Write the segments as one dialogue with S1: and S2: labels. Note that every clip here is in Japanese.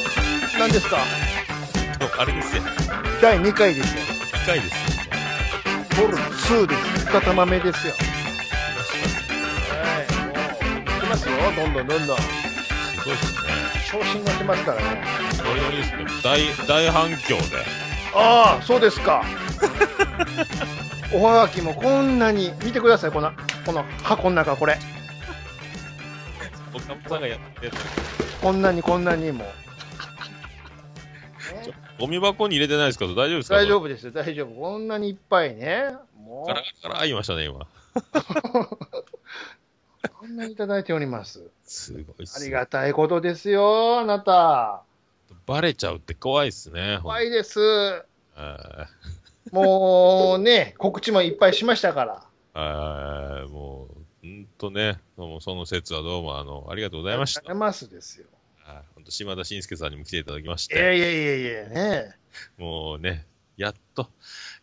S1: あ
S2: ですか
S1: れですよ。
S2: 第2回ですよ。
S1: 1回ですよ。
S2: ボル2です。二玉目ですよ。はい。もう、行きますよ。どんどんどんどん。
S1: すごいですね。
S2: 昇進が来ますからね。
S1: ノリノリですね。大、大反響で。
S2: ああ、そうです か。おはがきもこんなに、見てください、この、この箱の中、これ。
S1: 岡本さんがやってるやつ
S2: こんなにこんなにもう。ね
S1: ゴミ箱に入れてないですけど、大丈夫ですか
S2: 大丈
S1: 夫。
S2: 夫ですよ、大丈夫。こんなにいっぱいね。も
S1: ガラ
S2: う、
S1: ガラ言いましたね、今。
S2: こんなにいただいており ます。
S1: すごいっす
S2: あ
S1: ね
S2: りがたいことですよ、あなた。
S1: バレちゃうって怖いっすね。
S2: 怖
S1: い。
S2: いです。
S1: あ
S2: もうね、 告知もいっぱいしましたから。
S1: ーあー、もう、うんとね、どうもその説はどうも、あの、ありがとうございました
S2: ありがとうござ。いますですよ。
S1: あーほんと島田紳介さんにも来ていただきまし
S2: いや
S1: て、
S2: いやいやいや、ね
S1: もうね、やっと、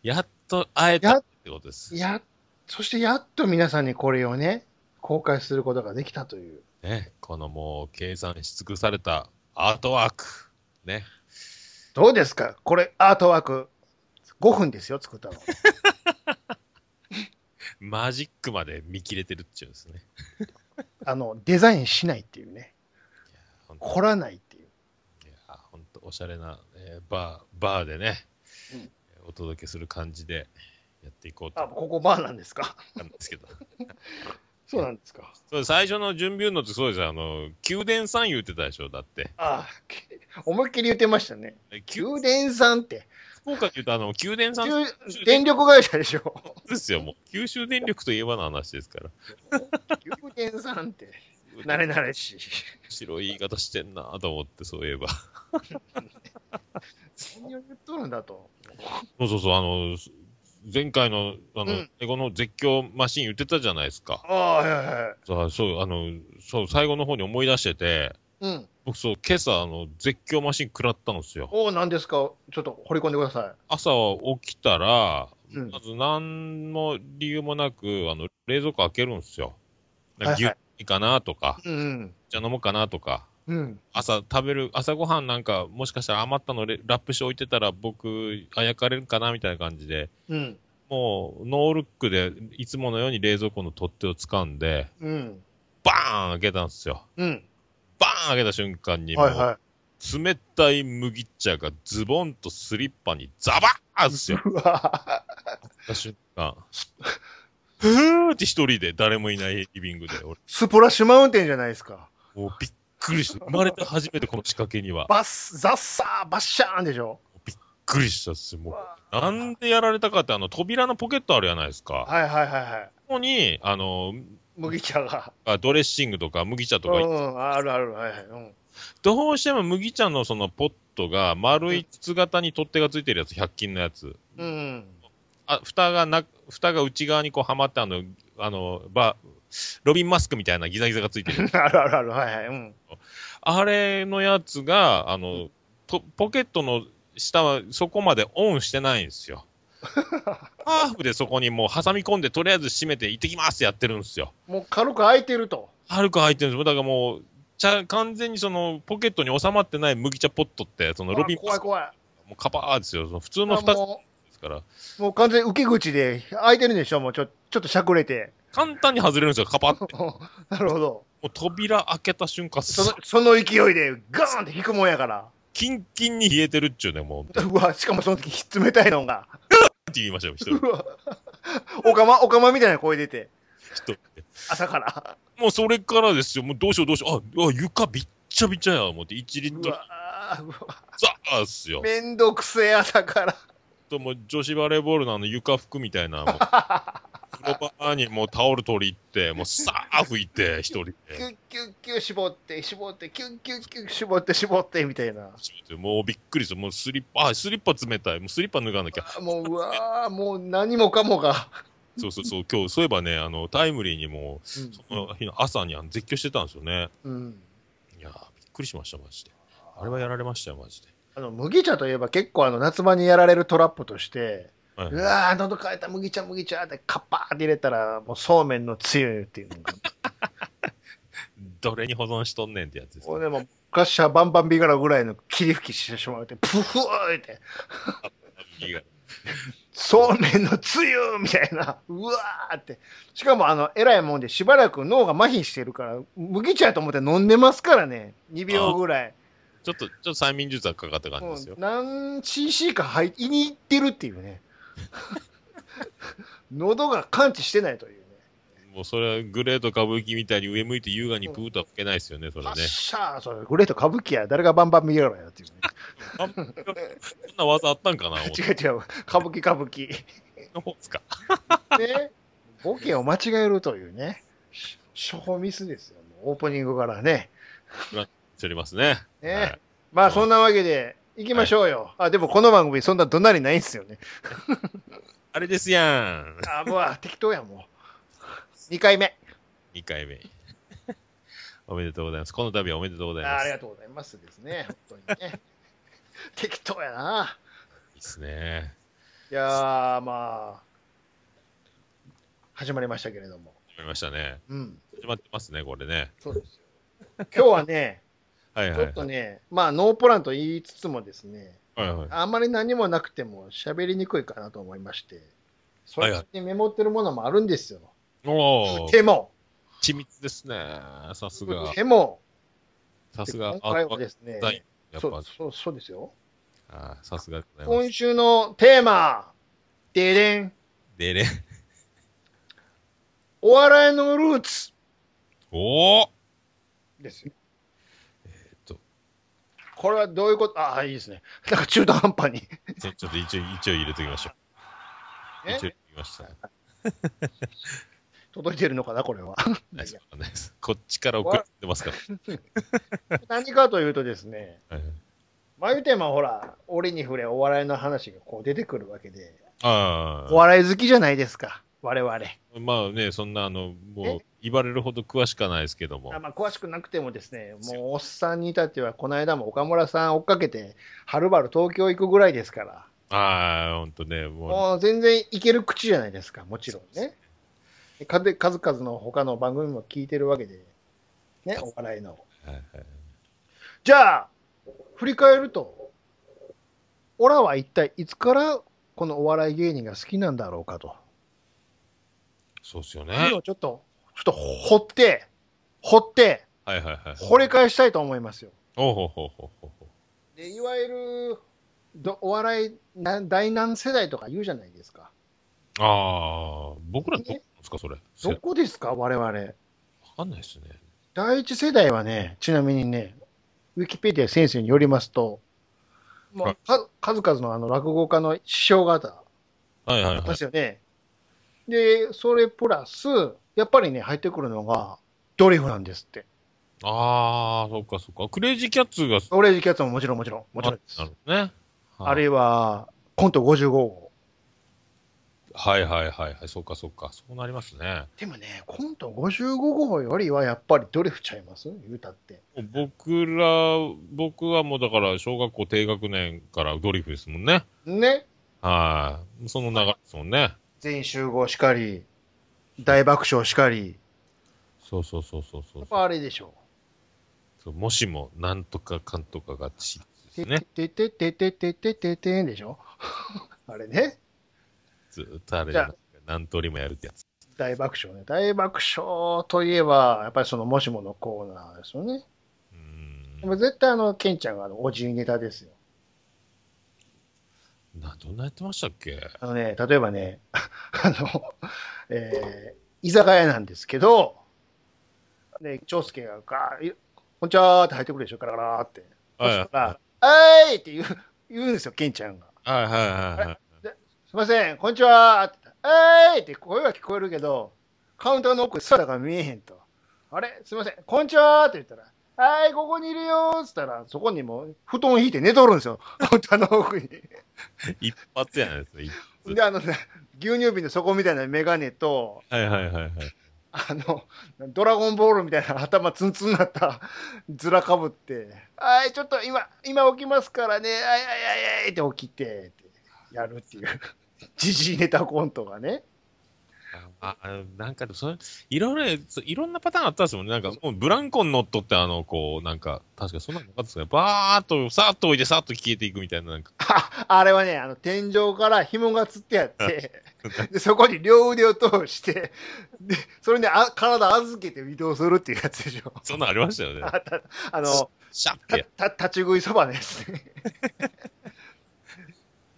S1: やっと会えたってことです。
S2: や、そしてやっと皆さんにこれをね、公開することができたという。
S1: ね、このもう計算し尽くされたアートワーク。ね。
S2: どうですかこれ、アートワーク。5分ですよ、作 ったの。
S1: マジックまで見切れてるっちゅうんですね。
S2: あの、デザインしないっていうね。
S1: ほんと
S2: 凝らないっていう。
S1: いやー、ほんとおしゃれな、えーバー、バーでね、
S2: うん
S1: お届けする感じでやっていこうと
S2: あ、
S1: 思っ
S2: ここバーなんですか
S1: たんですけど。
S2: そうなんですか。
S1: そう最初の準備運動ってそうですよ。あの、宮殿さん言ってたでしょ、だって。
S2: あ思いっきり言ってましたね。
S1: え宮
S2: 宮殿さんって、
S1: 福岡って言うと、あの、宮殿さん
S2: 宮電力会社でしょ。
S1: ですよ、もう。九州電力といえばの話ですから。
S2: 宮殿さんって、慣れ慣れしい。
S1: 面白い言い方してんなと思って、そういえば。
S2: 何を言っとるんだと。
S1: そうそうそう、あの、前回の、あの、
S2: うん
S1: 英語の絶叫マシン言ってたじゃないですか。
S2: ああ、はいはいはい。
S1: さあそう、あの、そう、最後の方に思い出してて、
S2: うん。
S1: 僕そう、今朝、あの、絶叫マシン食らったんですよ。
S2: おお、何ですかちょっと掘り込んでくださ
S1: 朝起きたら、
S2: うん
S1: まず何も理由もなく、あの、冷蔵庫開けるんですよ。なんか
S2: はいは
S1: 牛乳
S2: い
S1: かなとか、
S2: い。うん。
S1: じゃ飲もうかなとか。
S2: うん。
S1: 朝食べる、朝ごはんなんか、もしかしたら余ったのレラップして置いてたら、僕、あやかれるかなみたいな感じで、
S2: うん。
S1: もう、ノールックで、いつものように冷蔵庫の取っ手を掴んで、
S2: うん。
S1: バーン開けたんですよ。
S2: うん。
S1: バーン開けた瞬間に、も
S2: はいは
S1: う、
S2: い。
S1: 冷たい麦茶がズボンとスリッパにザバーンです よ。
S2: うわ
S1: 開けた瞬間。ふーって一人で、誰もいないリビングで、俺、
S2: スプラッシュマウンテンじゃないですか。
S1: もうびっくりした。生まれて初めてこの仕掛けには、びっ
S2: バッス、ザッサー、バッシャーンでしょ。
S1: くりしたっすよ。もう
S2: わあ
S1: なんでやられたかって、あの、扉のポケットあるじゃないですか。
S2: はいはいはいはい。
S1: ここに、あの、
S2: 麦茶が。
S1: あドレッシングとか麦茶
S2: う
S1: とか、
S2: ん、あるある、はいはい。うん、
S1: どうしても麦茶のそのポットが丸い筒型に取っ手がついてるやつ、100均のやつ。
S2: うん。
S1: あ、蓋がな、蓋が内側にこうはまって、あの、あの、ば、ロビンマスクみたいなギザギザがついて る。
S2: あるあるある、はいはい。うん。
S1: あれのやつが、あの、とポケットの下はそこまでオンしてないんですよ。ハーフでそこにもう挟み込んで、とりあえず閉めて行ってきますってやってるんですよ。
S2: もう軽く空いてると。
S1: はるか入ってるんですよ。だからもう、ちゃ完全にそのポケットに収まってない麦茶ポットって、そのロビン
S2: あ怖い怖い。
S1: もうカパーですよ。その普通の蓋で
S2: も
S1: すから、
S2: う、もう完全に受け口で空いてるんでしょ、もうちょちょっとしゃくれて。
S1: 簡単に外れるんですよ、カパって。も
S2: なるほど。
S1: う扉開けた瞬間、
S2: そのその勢いでガーンって引くもんやから。
S1: キンキンに冷えてるっちゅうね、もう。って
S2: うわ、しかもその時冷たいのが。
S1: 言いましたよ、一人
S2: う。わ。おかま、おかまみたいな声出て、
S1: 一人で。
S2: 朝から。
S1: もうそれからですよ、もうどうしようどうしよう。あ、あ床びっちゃびちゃや、思って。1リッ
S2: う
S1: トル、
S2: わうわ
S1: ザーっすよ。
S2: めんどくせえ朝から。
S1: ともう女子バレーボールのあの床服みたいな、もう。風呂場にもうタオル取り入って、もうさー拭いて、一人で。
S2: キュッキュッキュッ絞って、絞って、キュッキュッキュッ絞って、絞って、みたいな。
S1: もうびっくりした。もうスリッパ、あ、スリッパ冷たい。もうスリッパ脱がなきゃ。
S2: あもう、う わーもう何もかもが。
S1: そうそうそう。今日、そういえばね、あの、タイムリーにも、
S2: う
S1: その日の朝にあの絶叫してたんですよね。
S2: んうん。
S1: いやー、びっくりしました、マジで。あれはやられましたよ、マジで。
S2: あの、麦茶といえば結構あの、夏場にやられるトラップとして、
S1: はいう
S2: わー、喉乾いた、麦茶、麦茶ってカッパーって入れたら、もうそうめんのつゆっていうのが。
S1: どれに保存しとんねんってやつです。
S2: これでも、ガッシャーバンバンビガロぐらいの霧吹きしてしまうて、プフーって、そうめんのつゆみたいな、うわーって。しかも、あの、えらいもんで、しばらく脳が麻痺してるから、麦茶と思って飲んでますからね、2秒ぐらい。
S1: ちょっと、ちょっと催眠術がかかった感じですよ
S2: もう。何 cc か入りに行ってるっていうね。 喉が感知してないというね。
S1: もうそれはグレート歌舞伎みたいに上向いて優雅にプーとは吹けないですよね、それ
S2: は
S1: ね
S2: っ。しゃー、それ、グレート歌舞伎や、誰がバンバン見やろやっていうね。
S1: あんまりそんな技あったんかな、思っ
S2: 違う違う、歌舞伎歌舞伎。
S1: の方っすか。
S2: ね、ボケを間違えるというね、初歩ミスですよ、もうオープニングからね。
S1: しておりますね。
S2: ね
S1: はい
S2: ま
S1: う
S2: あ
S1: ん
S2: そんなわけで、行きましょうよ。あ、でもこの番組そんな怒鳴りないんすよね。
S1: あれですやん。
S2: あ、もう適当や、もう。2回目。
S1: 2回目。おめでとうございます。この度はおめでとうござい
S2: あ
S1: ま
S2: あ
S1: す。い
S2: り
S1: い
S2: がとうございますですね、本当にね。適当やな。
S1: ですね。
S2: いやー、まあ、始まりましたけれども。
S1: 思いましたね。
S2: うん、
S1: 始まってますね、これね。
S2: そうですよ。今日はね、
S1: はい
S2: ち
S1: はい
S2: ょ
S1: は
S2: っ
S1: い。
S2: とね、まあノープランと言いつつもですね、
S1: はいはい
S2: あんまり何もなくても喋りにくいかなと思いまして、そ
S1: はい
S2: れ
S1: はい
S2: にメモってるものもあるんですよ。
S1: おー、
S2: でも、
S1: 緻密ですね。さすが。
S2: でも、
S1: さすが
S2: 今。
S1: あ
S2: 回はですね、
S1: デザインやっ
S2: そう
S1: ぱ、
S2: そうそうですよ。
S1: あーさすがでございます
S2: 今。週のテーマ、ででん、
S1: でれん。
S2: お笑いのルーツ
S1: おー
S2: ですよ。えっ
S1: と。
S2: これはどういうことああ、いいですね。なんか中途半 端に。
S1: ちょちょっと一応、一応入れときましょう。一応
S2: え
S1: 入れときました。
S2: 届いてるのかな、これは。
S1: ないで
S2: い
S1: す
S2: や
S1: わかんないです。こっちから送ってますから。
S2: 何かというとですね、
S1: はいはい
S2: まゆテーマはほら、折に触れお笑いの話がこう出てくるわけで、
S1: あ
S2: お笑い好きじゃないですか、我々。
S1: あ、まあね、そんな、あの、もう
S2: え、
S1: 言われるほど詳しくはないですけども
S2: あ。まあ、詳しくなくてもですね、もうおっさんに至っては、この間も岡村さん追っかけて、はるばる東京行くぐらいですから、
S1: ああ、ほんとね、も
S2: もう全然行ける口じゃないですか、もちろんね。でかで数々の他の番組も聞いてるわけで、ね、お笑いの。
S1: う。はいはい
S2: じゃあ、振り返ると、オラは一体いつからこのお笑い芸人が好きなんだろうかと。
S1: そうっすよね。
S2: いうのをちょっと、ちょっと掘って、掘って、
S1: はいはいはい。
S2: 掘り返したいと思いますよ。
S1: おうほうほうほうほうほう。
S2: でいわゆるどお笑いな第何世代とか言うじゃないですか。
S1: ああ、僕らどこなんですか、それ。
S2: ど
S1: わ
S2: こですか、我々。
S1: かんないですね。
S2: 第一世代はね、ちなみにね、ウィキペディア先生によりますと、も
S1: はいう
S2: か数々のあの落語家の師匠方
S1: はいはいは
S2: で
S1: い。
S2: すよね。で、それプラス、やっぱりね、入ってくるのが、ドリフなんですって。
S1: ああ、そっかそっか。クレイジーキャッツが、
S2: オレンジキャッツももちろんもちろん、もちろんです
S1: な。るほどね。
S2: あるいは、コント55号。
S1: はいはいはいはい。そっかそっか。そうなりますね。
S2: でもね、コント55号よりはやっぱりドリフちゃいます言うたって。
S1: 僕ら、僕はもうだから、小学校低学年からドリフですもんね。
S2: ね。
S1: はい。その流れですもんね。
S2: 全員集合しかり、大爆笑しかり、
S1: そうそうそうそうそ
S2: や
S1: う
S2: っぱあれでしょ
S1: そう。もしも、なんとかかんとかがち
S2: う。
S1: ですね。
S2: ててててててててんでしょ あれね。
S1: ずーっとあれ
S2: じゃあ、
S1: 何通りもやるってやつ。
S2: 大爆笑ね。大爆笑といえば、やっぱりそのもしものコーナーですよね。
S1: う
S2: でも
S1: ん。
S2: 絶対あの、ケンちゃんがあの、おじいネタですよ。
S1: な、どんなやってましたっけ
S2: あのね、例えばね、 あの、えー居酒屋なんですけど、ね、長介がガーいこんにちはーって入ってくるでしょ、ガラガラーって。そ
S1: はい
S2: し
S1: はい
S2: たら、あーいって言う、言うんですよ、ケンちゃんが。
S1: はいはいはいはい。
S2: すいません、こんにちはーって。あーいって声は聞こえるけど、カウンターの奥、姿が見えへんと。あれすいません、こんにちはーって言ったら、はーい、ここにいるよーって言ったら、そこにもう布団を引いて寝とるんですよ、カウンターの奥に。
S1: 一発やないですか。一
S2: で、あのね、牛乳瓶の底みたいなメガネと、
S1: はいはいはいはい。
S2: あの、ドラゴンボールみたいな頭ツンツンになったずらかぶって、あい、ちょっと今、今起きますからね、あいあいあいあいって起きて、ってやるっていう、じじいネタコントがね。
S1: あ、あのなんかでもそれ、いろいろ、いろんなパターンあったんですもんね。なんか、もうブランコに乗っとって、あの、こう、なんか、確かそんなのなかったですね。バーっと、さーっと置いて、さーっと消えていくみたいな、なんか、
S2: あ あれはね、あの、天井から紐がつってあって、で、そこに両腕を通して、で、それにあ体預けて移動するっていうやつでしょ。
S1: そんなのありましたよね。
S2: あたあの、
S1: シャッてや。
S2: た、た、立ち食いそばのやつね。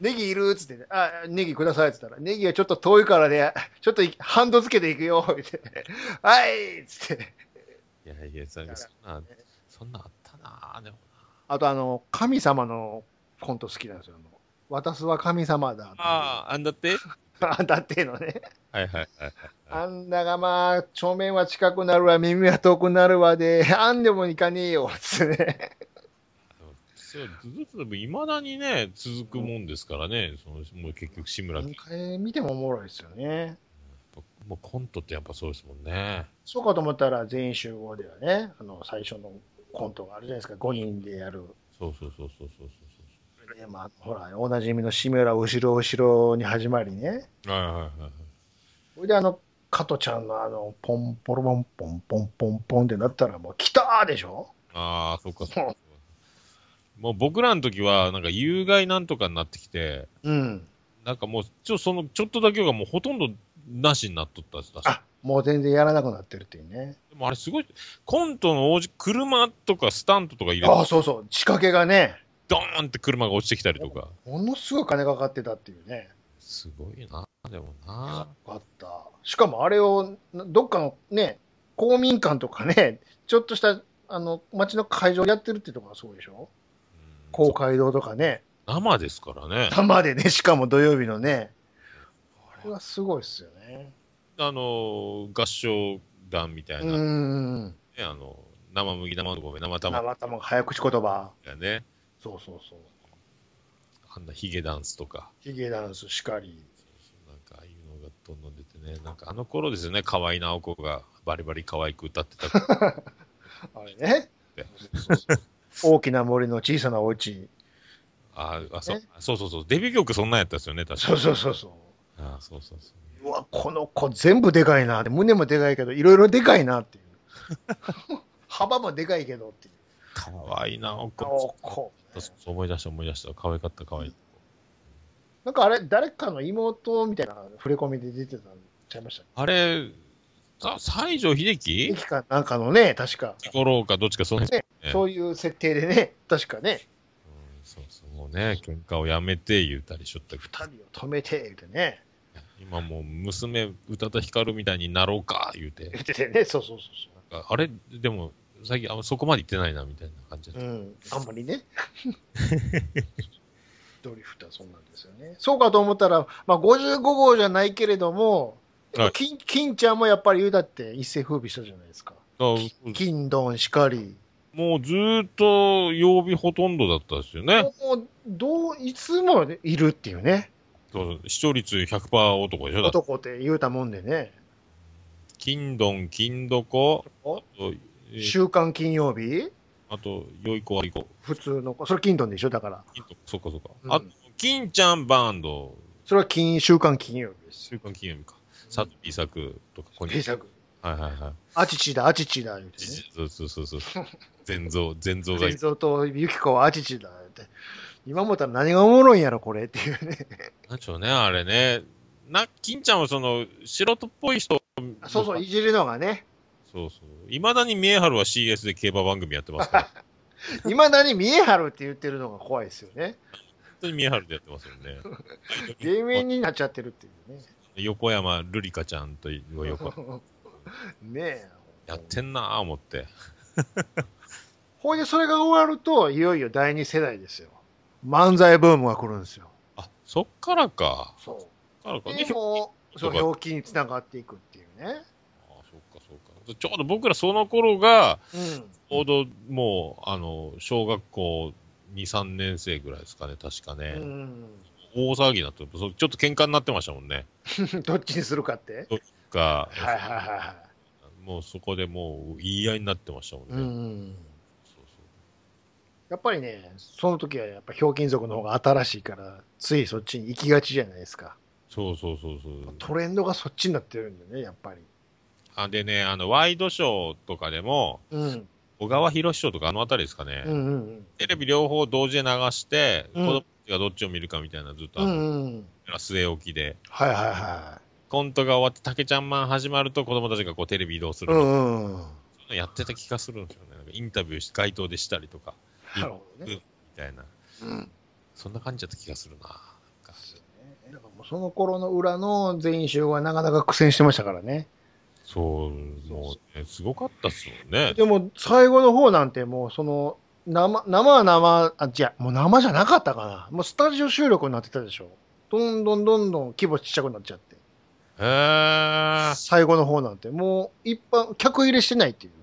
S2: ネギいるっつってね、あ、ネギくださいっつったら、ネギはちょっと遠いからね、ちょっといハンド付けていくよ、みたいな。はいっつって。
S1: いやいや、そんな、そんなあったなぁ、でも。
S2: あとあの、神様のコント好きなんですよ。あの私は神様だ。
S1: ああ、あんだって
S2: あ だっていうのね。
S1: はいはいはい。
S2: あんながまあ、正面は近くなるわ、耳は遠くなるわで、あんでもいかねえよ、つってね。
S1: そう、ずっと、いまだにね、続くもんですからね、その、もう結局、志村けん
S2: 何回見てもおもろいですよね。
S1: もうコントってやっぱそうですもんね。
S2: そうかと思ったら、全員集合ではね、あの、最初のコントがあるじゃないですか、5人でやる。
S1: そうそうそうそうそう
S2: でまあ、ほら、おなじみの志村後ろ後ろに始まりね。
S1: そう。はいはいはい。
S2: それであの、加トちゃんのあの、ポンポロポンポンポンポンポンってなったら、もう、来たーでしょ
S1: ああ、そっかそっ
S2: そ
S1: か。もう僕らの時は、なんか有害なんとかになってきて、
S2: うん。
S1: なんかもう、ちょ、その、ちょっとだけがもうほとんどなしになっとったんです。確か
S2: あ、もう全然やらなくなってるっていうね。
S1: でもあれすごい、コントの王子、車とかスタントとか入れて、
S2: あ、そうそう、仕掛けがね、
S1: ドーンって車が落ちてきたりとか。
S2: ものすごい金かかってたっていうね。
S1: すごいな、でもな。
S2: あった。しかもあれを、などっかのね、公民館とかね、ちょっとした、あの、街の会場でやってるってところがそうでしょ
S1: うん
S2: 公会堂とかね、
S1: 生ですからね。
S2: 生でね、しかも土曜日のね、これはすごいっすよね。
S1: あの、合唱団みた
S2: う
S1: いな、ね、
S2: ーん。
S1: あの、生麦、生米、生
S2: 生
S1: 卵
S2: 卵、早口言葉。
S1: がね、
S2: そうそうそう。
S1: あんなヒゲダンスとか、
S2: ヒゲダンスしかり。
S1: なんかああいうのがどんどん出てね、なんかあの頃ですよね、河合直子がバリバリ可愛く歌って た頃。
S2: あれね
S1: ね。
S2: そうそうそう大きな森の小さなお家。
S1: ああそ
S2: ね
S1: そうそうそう、デビュー曲そんなんやったですよね、確か
S2: そうそうそうそう。
S1: ああそうそうそう。
S2: うわ、この子全部でかいなって、胸もでかいけど、いろいろでかいなっていう。幅もでかいけどっていう。
S1: 可愛い直子。
S2: おこう
S1: そうそう思い出した思い出した。可愛かった可愛い。
S2: なんかあれ、誰かの妹みたいな触れ込みで出てたんちゃいましたっ
S1: あれ、さ西城秀
S2: け
S1: 樹
S2: 駅かなんかのね、確か。
S1: 五郎かどっちかそうですよね。
S2: そういう設定でね、確かね、
S1: うんそうそう、もうね、喧嘩をやめて言うたりしょったけど
S2: 二人を止めて、言うてね、
S1: 今もう娘、宇多田ヒカルみたいになろうか、言うて。
S2: 言うててね、そうそうそう
S1: ああれ、でも、最近あんまそこまで行ってないな、みたいな感じだ
S2: そう。うん、あんま りね。ドリフトはそうなんですよね。そうかと思ったら、まあ、55号じゃないけれども、
S1: はい
S2: 金金ちゃんもやっぱり言うだって一世風靡したじゃないですか。
S1: あ
S2: 金丼しかり。
S1: もうずーっと曜日ほとんどだったですよね。
S2: もう、どう、いつもいるっていうね。
S1: そう視聴率100%男でしょだって。
S2: 男って言うたもんでね。
S1: 金丼、金床、
S2: お
S1: あと、えー
S2: 週刊金曜日
S1: あと、良い子悪い子。
S2: 普通の子。それ金丼でしょだから。
S1: 金とそっかそっか。
S2: うん
S1: あと、金ちゃんバンド、
S2: それは金、週刊金曜日です。
S1: 週刊金曜日か。佐藤 B 作とか、ここに
S2: ペイ作。
S1: はいはいはい。
S2: あちちだ、あちちだ、言うてね。
S1: そうそうそうそう。全蔵、 全蔵がい
S2: 全
S1: る。
S2: 蔵とゆき子はあちちだ、って。今思ったら何がおもろいんやろ、これっていうね。
S1: なんちょうね、あれね。な、金ちゃんはその、素人っぽい人。
S2: そうそう、いじるのがね。
S1: そうそう。いまだに明春は CS で競馬番組やってます から。本
S2: いまだに見えはるって言ってるのが怖いですよね。
S1: 当に明春でやってますよね。
S2: 芸名になっちゃってるっていうね。
S1: 横山瑠璃香ちゃんという 横、
S2: ねえ。
S1: やってんなぁ思って。
S2: ほいで、それが終わると、いよいよ第二世代ですよ。漫才ブームが来るんですよ。
S1: あ、そっからか。
S2: そ
S1: そっからか。
S2: で、もう、そう、表記につながっていくっていうね。
S1: あそっかそっか。ちょうど僕らその頃が、
S2: うん。
S1: ちょうどもう、あの、小学校2、3年生ぐらいですかね、確かね。
S2: う
S1: 大騒ぎになって、そうちょっと喧嘩になってましたもんね。
S2: ん。 どっちにするかって
S1: が、
S2: はいはいはいは
S1: もうそこでもう言い合いになってましたもん
S2: い。
S1: ね。
S2: うん。
S1: そう
S2: やっぱりね、その時はやっぱ、ひょうきん族の方が新しいから、ついそっちに行きがちじゃないですか。
S1: そうそうそうそう。
S2: トレンドがそっちになってるんだよね、やっぱり。
S1: あでね、あの、ワイドショーとかでも、
S2: うん。
S1: 小川博師匠とかあのあたりですかね、
S2: うんうん
S1: テレビ両方同時で流して、
S2: うん
S1: 子供たちがどっちを見るかみたいなずっと
S2: う
S1: あ
S2: ん。う
S1: の、
S2: んうん。
S1: 据え置きで、
S2: はいはいは
S1: コントが終わって、竹ちゃんマン始まると子供たちがこうテレビ移動す
S2: い。う
S1: るの、
S2: んうん。
S1: やってた気がするんですよね。なんかインタビューして、街頭でしたりとか、
S2: なるほどね。
S1: みたいな。
S2: うん。
S1: そんな感じだった気がするな。なんか
S2: だからもうその頃の裏の全員集合はなかなか苦戦してましたからね。
S1: そう、もう、ね、すごかったっすもんね。
S2: でも最後の方なんてもうその生、生は生、あ、じゃもう生じゃなかったかな。もうスタジオ収録になってたでしょ。どんどんどんどん規模ちっちゃくなっちゃって。
S1: へえ。あ
S2: 最後の方なんてもう一般、客入れしてないっていう。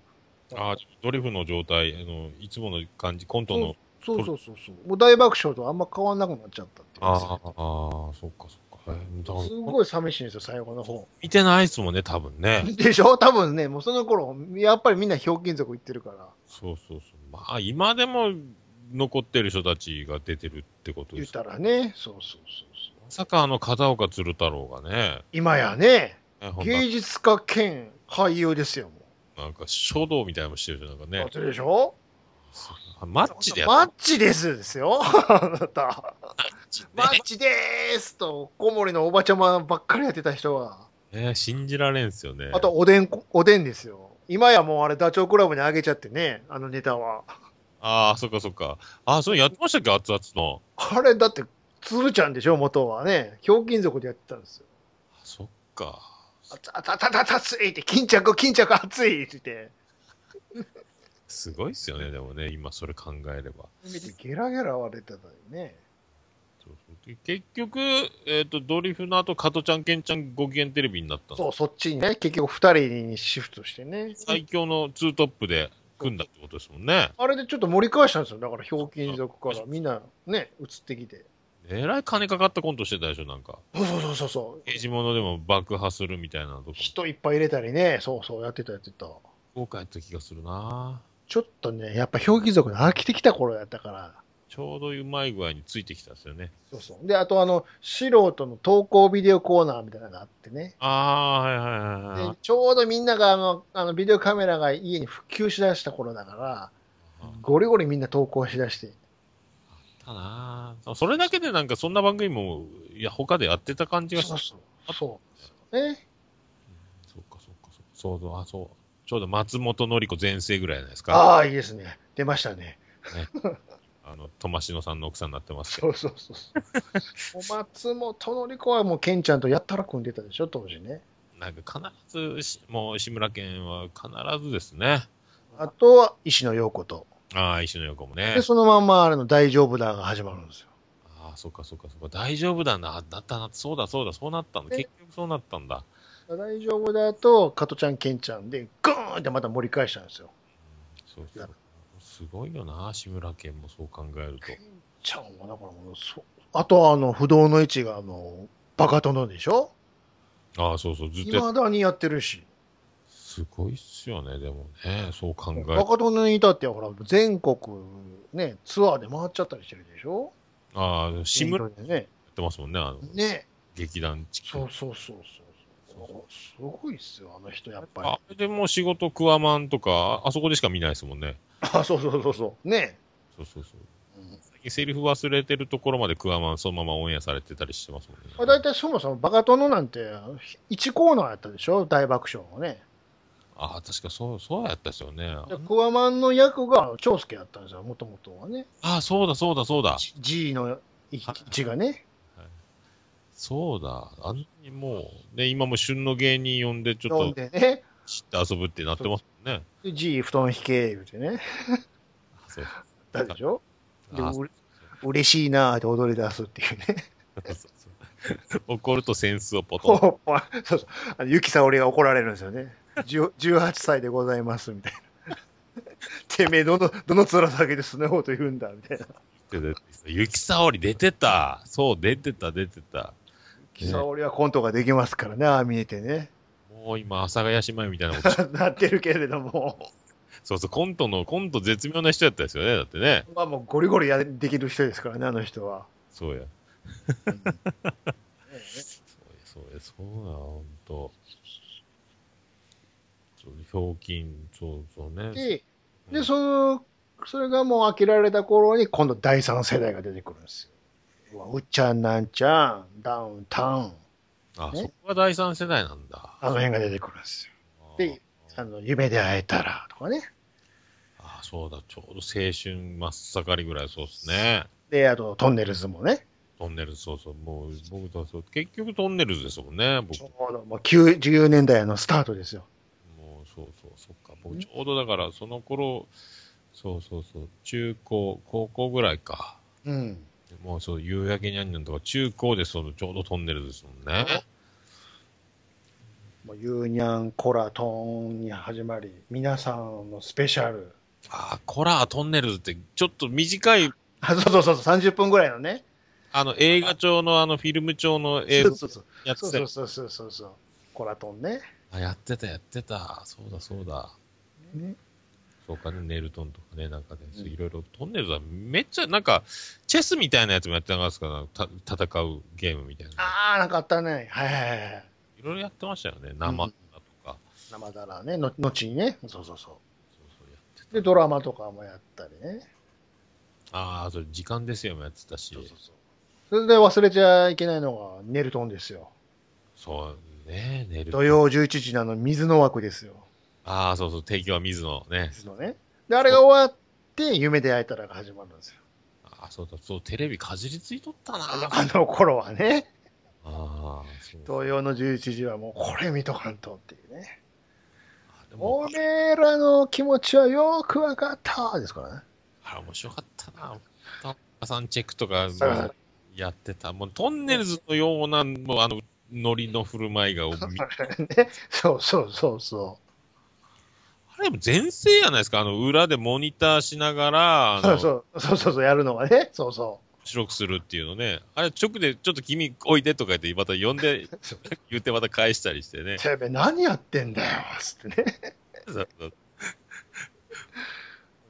S1: ードリフの状態、あの、いつもの感じ、コントの。
S2: そうそうそうそう。もう大爆笑とあんま変わんなくなっちゃったっていう
S1: あーあー、そっかそっか。えーだから
S2: すごい寂しいんですよ、最後の方。
S1: 見てないっすもんね、多分ね。
S2: でしょ多分ね、もうその頃、やっぱりみんなひょうきん族行ってるから、
S1: そうそうそう。まあ、今でも残ってる人たちが出てるってこと
S2: 言
S1: で
S2: っ
S1: すか
S2: たらね。そうそうそうそう。
S1: まさかあの片岡鶴太郎がね、
S2: 今やね、
S1: ねほん
S2: 芸術家兼俳優ですよ、も
S1: まなんか書道みたいなのもしてるじゃん、なんか
S2: う。
S1: ね。
S2: そうでしょ
S1: あマッチでや
S2: マ
S1: っ
S2: ッチですですよ、あなた。マッチでーすと、小森のおばちゃまばっかりやってた人は。
S1: た、ね。信じられんっすよね。
S2: あと、おでん、おでんですよ。今やもうあれ、ダチョウ倶楽部にあげちゃってね、あのネタは。
S1: ああ、そっかそっか。ああ、それやってましたっけ熱々の。
S2: あれ、だって、鶴ちゃんでしょ、元はね。ひょうきん族でやってたんですよ。
S1: あそっか。
S2: あたたたたたついって、巾着、巾着熱いって言って。
S1: すごいっすよね、でもね、今それ考えれば。
S2: ゲラゲラ割れてたよね。
S1: そうそうで結局、えっ、と、ドリフの後、加トちゃん、ケンちゃんご機嫌テレビになったの
S2: そう、そっちにね、結局二人にシフトしてね。
S1: 最強のツートップで組んだってことですもんね。
S2: あれでちょっと盛り返したんですよ。だから、ひょうきん族からみんなね、移ってきて。
S1: えらい金かかったコントしてたでしょ、なんか。
S2: そうそうそうそうそう。
S1: 刑事物でも爆破するみたいなとこ。
S2: 人いっぱい入れたりね、そうそう、やってたやってた。
S1: 豪華やった気がするな
S2: ちょっとね、やっぱひょうきん族の飽きてきた頃やったから。
S1: ちょうどうまい具合についてきたんですよね。
S2: そうそう。で、あとあの、素人の投稿ビデオコーナーみたいなのがあってね。
S1: ああー、はいはいはい
S2: で
S1: はい。
S2: ちょうどみんながあの、あのビデオカメラが家に普及しだした頃だから、ゴリゴリみんな投稿しだして。
S1: たなあそれだけでなんかそんな番組も、いや、他でやってた感じがした
S2: そう。そう。そう。ね。
S1: そうか、そうか、そうか。そうそう、あ、そう。ちょうど松本のり子全盛ぐらいじゃないですか。
S2: ああ、いいですね。出ましたね。
S1: あの、とましのさんの奥さんになってますけど。
S2: そうそうそ うそう。松本のり子はもう、ケンちゃんとやったら組んでたでしょ、当時ね。
S1: なんか必ずし、もう志村けんは必ずですね。
S2: あとは、石野陽子と。
S1: ああ、石野横もね
S2: で、。そのまんま、あれの大丈夫だが始まるんですよ。
S1: ああ、そっかそっかそっか。大丈夫だな、だったな、そうだそうだ、そうなったんだ。
S2: ね
S1: 結局そうなったんだ。
S2: 大丈夫だと、加トちゃん、ケンちゃんで、グーンってまた盛り返したんですよ。
S1: そうそう。すごいよな、志村けんもそう考えると。
S2: ちゃんは、だからもう、そう。あとは、あの、不動の位置が、あの、バカ殿でしょ
S1: ああ、そうそう、ずっとやっ
S2: 未だにやってるし。
S1: すごいっすよね、でもね、そう考える
S2: バ
S1: と。
S2: カ殿に至っては、ほら、全国、ね、ツアーで回っちゃったりしてるでしょ
S1: ああ、志村や
S2: インドでね。
S1: ってますもんね、あの、
S2: ね。
S1: 劇団地区
S2: そうそうそうそうそう。すごいっすよ、あの人、やっぱり。
S1: あれでもう仕事クワマンとか、ああそこでしか見ないですもんね。
S2: あ そうそうそうそう。ね
S1: そうそうそう。
S2: え。
S1: 最近セリフ忘れてるところまでクワマンそのままオンエアされてたりしてますもんね。
S2: まあ、大体そもそもバカ殿なんて、1コーナーやったでしょ大爆笑をね。
S1: ああ、確かそう、そうやったですよね。あ
S2: で、クワマンの役が長介やったんですよ、もともとはね。
S1: あ、そうだそうだそうだ。
S2: G の字がね。
S1: そうだ。あんなにもう、ね、今も旬の芸人呼んでちょ
S2: 飲ん
S1: っと
S2: でね。
S1: 知って遊ぶってなってますもんね。
S2: で G 布団引け、言うてね。
S1: あそう
S2: だでしょで、
S1: あ
S2: うれ嬉しいなーって踊り出すっていうね。
S1: そうそうそう怒ると扇子をポトン。
S2: そうそう。あの、ゆきさおりが怒られるんですよね。じゅ18歳でございます、みたいな。 てめえ、どの、どの面下げでそんなこと言うんだ、みたいな。
S1: 雪沙織出てた。そう、出てた、出てた。
S2: ゆきさおりはコントができますからね、ああ見えてね。
S1: もう今、阿佐ヶ谷姉妹みたいなことし
S2: なってるけれども。
S1: そうそう、コントの、コント絶妙な人やったですよね、だってね。
S2: まあもうゴリゴリやできる人ですからね、あの人は。
S1: そうや。それ、そうな、ほんと。そうひょうきん、そうそうね。
S2: で、
S1: う
S2: で、
S1: ん
S2: その、それがもう飽きられた頃に、今度第三世代が出てくるんですよ。うわうっちゃん、なんちゃん、ダウンタウン、
S1: あ、
S2: ね
S1: そこが第三世代なんだ。
S2: あの辺が出てくるんですよ。で、あの、夢で会えたらとかね。
S1: あ、そうだ、ちょうど青春真っ盛りぐらい、そうっすね。
S2: で、あと、トンネルズもね、
S1: トンネルズ、そうそう、もう、僕とはそう、結局トンネルズですもんね、僕
S2: ち。ょうどもう9 10年代のスタートですよ。
S1: もう、そうそう、そっか。僕、ちょうどだから、その頃、そうそうそう、中高、高校ぐらいか。
S2: うん。
S1: もうそう、夕焼けにゃんにゃんとか、中高でその、ちょうどトンネルズですもんね。
S2: もうユーニャン、コラ、トーンに始まり、皆さんのスペシャル。
S1: ああ、コラートンネルズって、ちょっと短い、
S2: あ、そうそうそうそう、30分ぐらいのね。
S1: あの、映画調の、あの、フィルム調の映像
S2: そうそうそう。
S1: やっ
S2: そ
S1: て
S2: う
S1: た
S2: そ
S1: よ
S2: うそうそうそうそう。コラトンね。
S1: あ、やってた、やってた。そうだ、そうだ。
S2: ね
S1: そうかね、ネルトンとかね、なんかね、そう
S2: うん
S1: いろいろ、トンネルズはめっちゃ、なんか、チェスみたいなやつもやってなかったですかた戦うゲームみたいな。
S2: あー、なんかあったね。はいはいはいはい。
S1: いろいろやってましたよね、生だとか。
S2: 生だらね、の後にね。そうそうそ
S1: そうそうやって
S2: う。で、ドラマとかもやったりね。
S1: ああ、それ、時間ですよもやってたし。
S2: そうそうそう。それで忘れちゃいけないのが、ネルトンですよ。
S1: そうね、ネルト
S2: 土
S1: ン。
S2: 曜11時なの水の枠ですよ。
S1: ああ、そうそう、提供は水野ね。
S2: 水のね。で、あれが終わって、夢で会えたらが始まるんですよ。
S1: ああ、そうだ、そう、テレビかじりついとったな。
S2: あの頃はね。
S1: ああ、そう
S2: 土曜の11時はもうこれ見とかんとっていうね。
S1: あで
S2: お
S1: も、
S2: めえらの気持ちはよくわかったですからね。
S1: あれ面白かったな。タッパさんチェックとか
S2: そうそうそう
S1: やってた。もうトンネルズのような、もうあの、ノリの振る舞いが、あ
S2: ね、 そうそうそうそ
S1: れも全盛やないですか。あの、裏でモニターしながら、あ
S2: う。そう
S1: の、
S2: そうそうそうそう、やるのがね。そうそ
S1: 白くするっていうのね。あれ、直で、ちょっと君おいでとか言って、また呼んで、 言ってまた返したりしてね
S2: う。。てめえ何やってんだよ、つってね。
S1: そうそう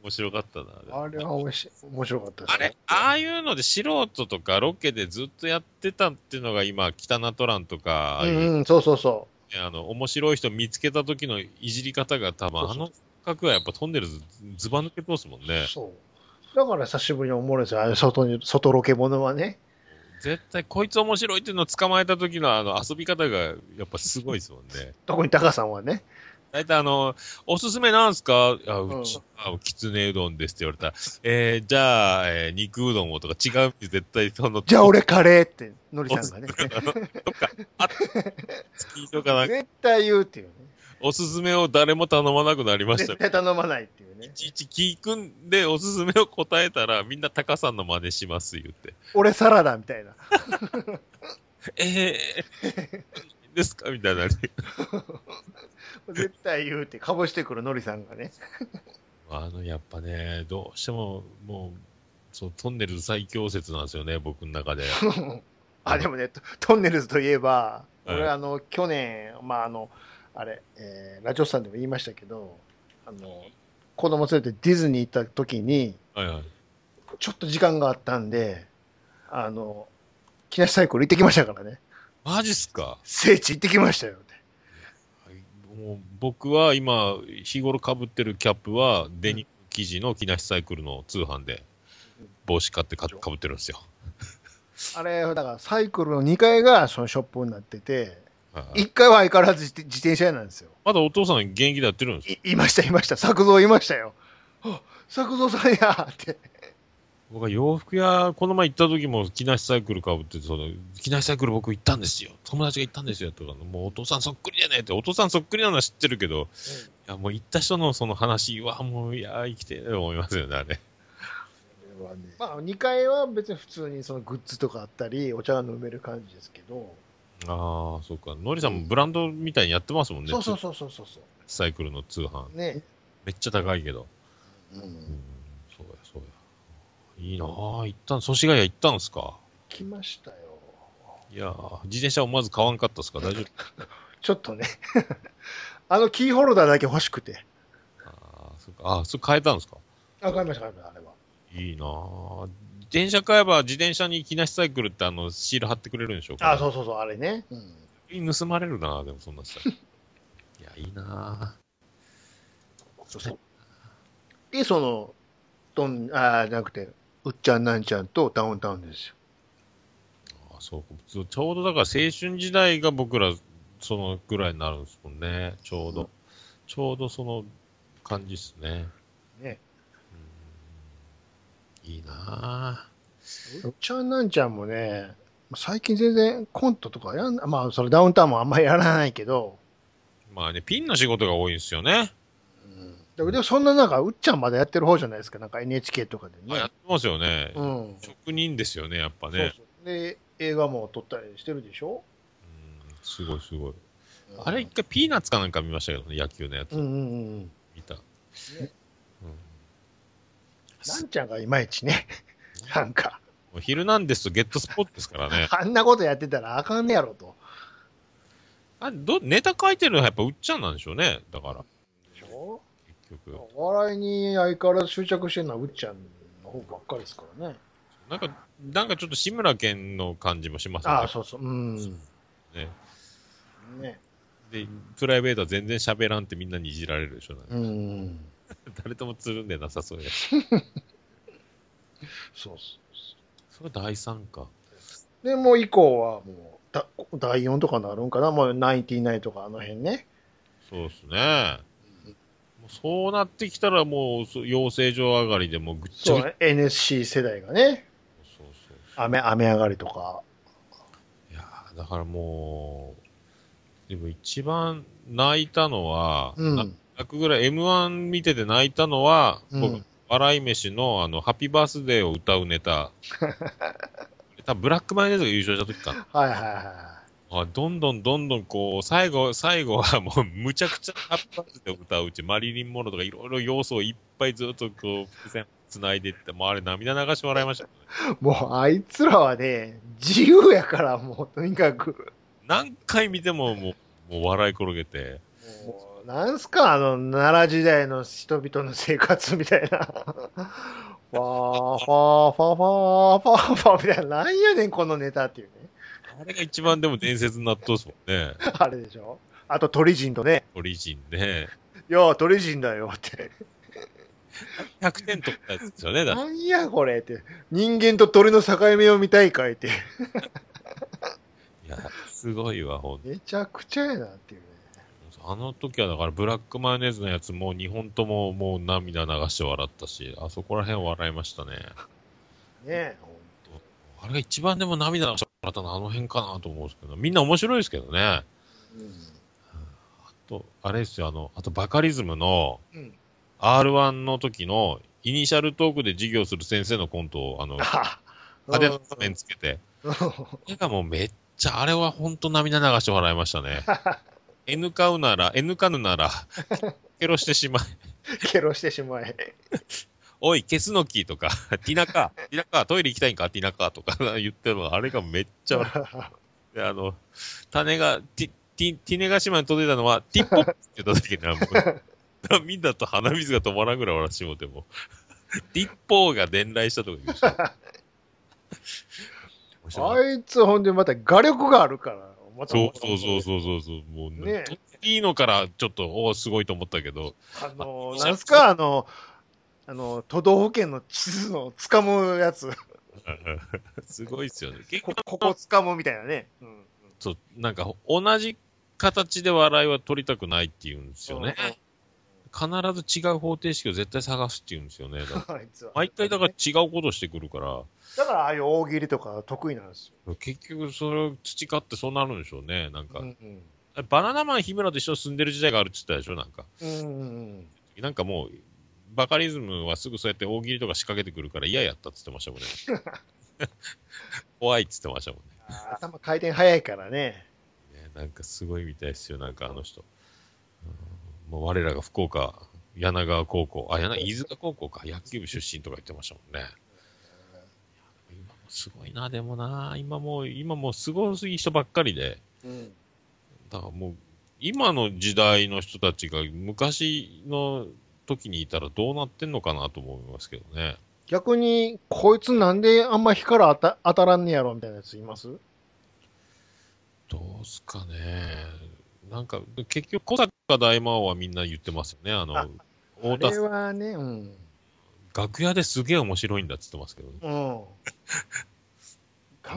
S1: 面白かったな。
S2: あれは面白面白かったです
S1: あれ
S2: ね。
S1: ああいうので素人とかロケでずっとやってたっていうのが今、北ナトランとか、ああいう
S2: うん、うん、そうそうそ
S1: ねあの、面白い人見つけた時のいじり方が多分、
S2: そう
S1: あ
S2: そう
S1: の角はやっぱトンネルズずば抜け通すもん
S2: う。
S1: ね。
S2: そう。だから久しぶりに思うんですよ。あれ外に、外ロケものはね。
S1: 絶対こいつ面白いっていうのを捕まえた時のあの遊び方がやっぱすごいですもん ね。
S2: 特にタカさんはね。
S1: 大体あの、おすすめなんすかあ、う
S2: う
S1: ち
S2: ん、
S1: あ、きつねうどんですって言われたら、えー、じゃあ、えー肉うどんをとか違うって絶対その、
S2: じゃあ俺カレーって、ノリさんがね。
S1: スキーとかなんか、
S2: 絶対言うっていうね。
S1: おすすめを誰も頼まなくなりました
S2: 絶対頼まないっていうね
S1: い。ちいち聞くんで、おすすめを答えたら、みんなタカさんの真似します、言って。
S2: 俺サラダみたいな。
S1: ええ ー、ですかみたいなね。
S2: 絶対言うって、かぼしてくるノリさんがね。
S1: あの、やっぱね、どうしても、もう、そう、トンネルズ最強説なんですよね、僕の中 で。
S2: あ、でもね、トトンネルズといえば、
S1: はい
S2: 俺、あの、去年、まあ、あの、あれ、えーラジオさんでも言いましたけど、あの、子供連れてディズニー行った時に、
S1: はいはい。
S2: ちょっと時間があったんで、あの、木梨サイクル行ってきましたからね。
S1: マジっすか
S2: 聖地行ってきましたよって。
S1: もう僕は今、日頃被ってるキャップは、デニム生地の木梨サイクルの通販で、帽子買ってか被ってるんですよ。
S2: あれ、だからサイクルの2階がそのショップになってて、
S1: はい
S2: 1階は相変わらず自自転車屋なんですよ。
S1: まだお父さん現役でやってるんですよ。
S2: い、いました、いました。作造いましたよ。あ、作造さんやって。
S1: 僕は洋服屋、この前行った時も、木梨サイクル被ってて、その、木梨サイクル僕行ったんですよ。友達が行ったんですよ。とか、もうお父さんそっくりじゃねえって、お父さんそっくりなのは知ってるけど、いや、もう行った人のその話は、もう、いや、生きてると思いますよね、あれ。
S2: まあ、2階は別に普通にそのグッズとかあったり、お茶が飲める感じですけど、
S1: ああ、そうか。ノリさんもブランドみたいにやってますもんね。
S2: そうそう
S1: つ
S2: そうそうそうそ
S1: サイクルの通販。
S2: う、ね
S1: めっちゃ高いけど。
S2: う
S1: うん
S2: ん、、
S1: そうや、そうや。いいなあ行ったん、祖師ヶ谷行ったんすか
S2: 来ましたよ、
S1: いやあ自転車をまず買わんかったっすか大丈夫
S2: ちょっとね、 あのキーホルダーだけ欲しくて、
S1: ああ、そうか。ああ、それ変えたんですか
S2: あ買いました、買いました、あれは。
S1: いいなぁ。自転車買えば自転車に木梨サイクルってあのシール貼ってくれるんでしょうか、
S2: あそうそうそう、あれね、うん、
S1: 品盗まれるな、でもそんなんしたら。いや、いいな
S2: そうそう。で、その、どん、あーじゃなくて、うっちゃんなんちゃんとダウンタウンですよ。
S1: あそうちょうどだから青春時代が僕ら、そのぐらいになるんですもんね。ちょうど。
S2: うん
S1: ちょうどその感じっすね。
S2: ね
S1: うんいいな
S2: うっちゃんなんちゃんもね、最近全然コントとかやん、まあ、それダウンタウンもあんまりやらないけど、
S1: まあね、ピンの仕事が多いんですよね。
S2: でもでもそんな中、うっちゃんまだやってる方じゃないですか、なんか NHK とかで
S1: あやっ
S2: ね
S1: て。ますよね。
S2: うん。
S1: 職人ですよね、やっぱね。
S2: そうそう。で、映画も撮ったりしてるでしょ
S1: うんすごいすごい。あれ一回ピーナッツかなんか見ましたけどね、野球のやつ
S2: うん。うんうんうん。
S1: 見た。
S2: なんちゃんがいまいちね、なんか、。
S1: うん、ヒルナンデスとゲットスポットですからね
S2: あんなことやってたらあかんねやろと。
S1: あどネタ書いてるのはやっぱうっちゃんなんでしょうね、だから、
S2: でしょ
S1: 結局。
S2: お笑いに相変わらず執着してるのはうっちゃんの方ばっかりですからね。
S1: なんか、なんかちょっと志村けんの感じもしますよね。
S2: ああ、そうそう。うん。
S1: ね
S2: ね。
S1: で、プライベートは全然喋らんってみんなにいじられるでしょ、なんか
S2: うん。
S1: 誰ともつるんでなさそうやし。
S2: そうそ
S1: それ第三か。
S2: う。で、もう以降はもう、だ第4とかなるんかなもうナインティナインとかあの辺ね。
S1: そうですね。もうそうなってきたらもうそう、養成所上がりでもうぐっちゃ
S2: そ
S1: ぐ
S2: う
S1: ちゃ。
S2: ね。NSC 世代がね。
S1: そうそうそう
S2: 雨、雨上がりとか。
S1: いやーだからもう、でも一番泣いたのは、
S2: うん。
S1: な泣くぐらい M1 見てて泣いたのは、
S2: うん
S1: 僕、笑い飯のあの、ハッピーバースデーを歌うネタ。 多分ブラックマヨネーズが優勝した時かな。
S2: はいはいは
S1: あどんどんどんどんこう、最後、最後はもう、むちゃくちゃハッピーバースデーを歌ううち、マリリン・モロとかいろいろ要素をいっぱいずっとこう、伏線繋いでいって、もうあれ涙流して笑いました、ね。
S2: い。もうあいつらはね、自由やからもうとにかく。
S1: 何回見てももう、もう笑い転げて。
S2: もうなんすかあの、奈良時代の人々の生活みたいな。ファーファーファーファーファーファーみたいな。なんやねん、このネタっていうね。
S1: あれが一番でも伝説になっとうっすもんね。
S2: あれでしょあと鳥人とね、
S1: オリジンで。
S2: いや、鳥人だよって。
S1: 100点取ったやつですよね。だって
S2: なんやこれって。人間と鳥の境目を見たいかいって。
S1: いや、すごいわ、ほんと。
S2: めちゃくちゃやなっていうね。
S1: あの時はだから、ブラックマヨネーズのやつも2本とももう涙流して笑ったし、あそこら辺笑いましたね。
S2: ね
S1: あれが一番でも涙流して笑ったのはあの辺かなと思うんですけど、みんな面白いですけどね。あと、あれですよ、あの、あとバカリズムの
S2: うん
S1: R1 の時のイニシャルトークで授業する先生のコントを、あの、
S2: あ
S1: 派手な画面つけて、あれがもうめっちゃ、あれはほんと涙流して笑いましたね。N カウなら、N カヌなら、ケロしてしまい、
S2: ケロしてしまえ。
S1: おい、ケスノキとか、ティナカ、ティナカ、トイレ行きたいんか、ティナカとか言ってるのが、あれがめっちゃ笑って、あの、種が、ティ、ティ、ティネガ島に届いたのは、ティッポッって言った時には、もう、みんなと鼻水が止まらんぐらい笑ってしもても、ティッポーが伝来したとか言いました。面白かった
S2: あいつほんでまた画力があるから。また
S1: そうそうそうそうそうそう、もうね
S2: ね、
S1: いいのからちょっと、おお、すごいと思ったけど、
S2: あの、なんすか、あの、あの、都道府県の地図の掴むやつ、
S1: すごいっすよね。結
S2: こ
S1: 構、
S2: ここ掴むみたいなね。うん。
S1: そうなんか、同じ形で笑いは取りたくないって言うんですよね。必ず違う方程式を絶対探すって言うんですよね。だから
S2: あいつは。
S1: 毎回だから違うことしてくるから、
S2: だからああいう大喜利とか得意なんです
S1: 結局それを培ってそうなるんでしょうね。なん
S2: よ。
S1: か
S2: う、んうん。
S1: バナナマン日村と一緒に住んでる時代があるって言ったでしょ、なんか。
S2: うんうん
S1: なんかもう、バカリズムはすぐそうやって大喜利とか仕掛けてくるから嫌やったっつってましたもんね。怖いっつってましたもんね。
S2: あー頭回転早いからね。
S1: ねなんかすごいみたいですよ、なんかあの人。うんもう我らが福岡、柳川高校、あ、柳、飯塚高校か、野球部出身とか言ってましたもんね。今もすごいな、でもな、今もう、今もうすごい人ばっかりで。
S2: うん。
S1: だからもう、今の時代の人たちが昔の時にいたらどうなってんのかなと思いますけどね。
S2: 逆に、こいつなんであんま光ら当た当たらんねやろみたいなやついます
S1: どうすかね。なんか、結局、小坂大魔王はみんな言ってますよね。あ
S2: あ
S1: の、
S2: こ
S1: 太田
S2: れ
S1: さん、
S2: はね、うん。
S1: 楽屋ですげえ面白いんだって言ってますけどね。
S2: うん。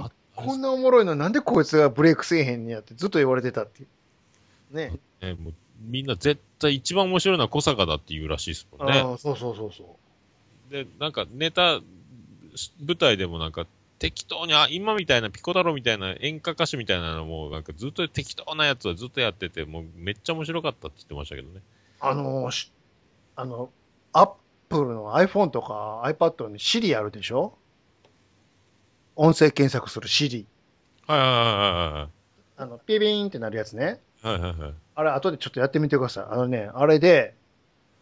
S1: あ
S2: こんなおもろいのなんでこいつがブレイクせえへんにやってずっと言われてたっていう。ね。
S1: ね、もうみんな絶対一番面白いのは小坂だって言うらしいですもんね。
S2: ああそうそうそうそ
S1: で、なんかネタ、し舞台でもなんか適当に、あ、今みたいなピコ太郎みたいな演歌歌手みたいなのもなんかずっと適当なやつはずっとやってて、もうめっちゃ面白かったって言ってましたけどね。
S2: う。あのー、しあの、アップルの iPhone とか iPad に Siri あるでしょ音声検索する Siri。
S1: はいは
S2: あの、ピビーンってなるやつね。
S1: いはいはいはい。はいはいはい。
S2: あれ、後でちょっとやってみてください。あのね、あれで、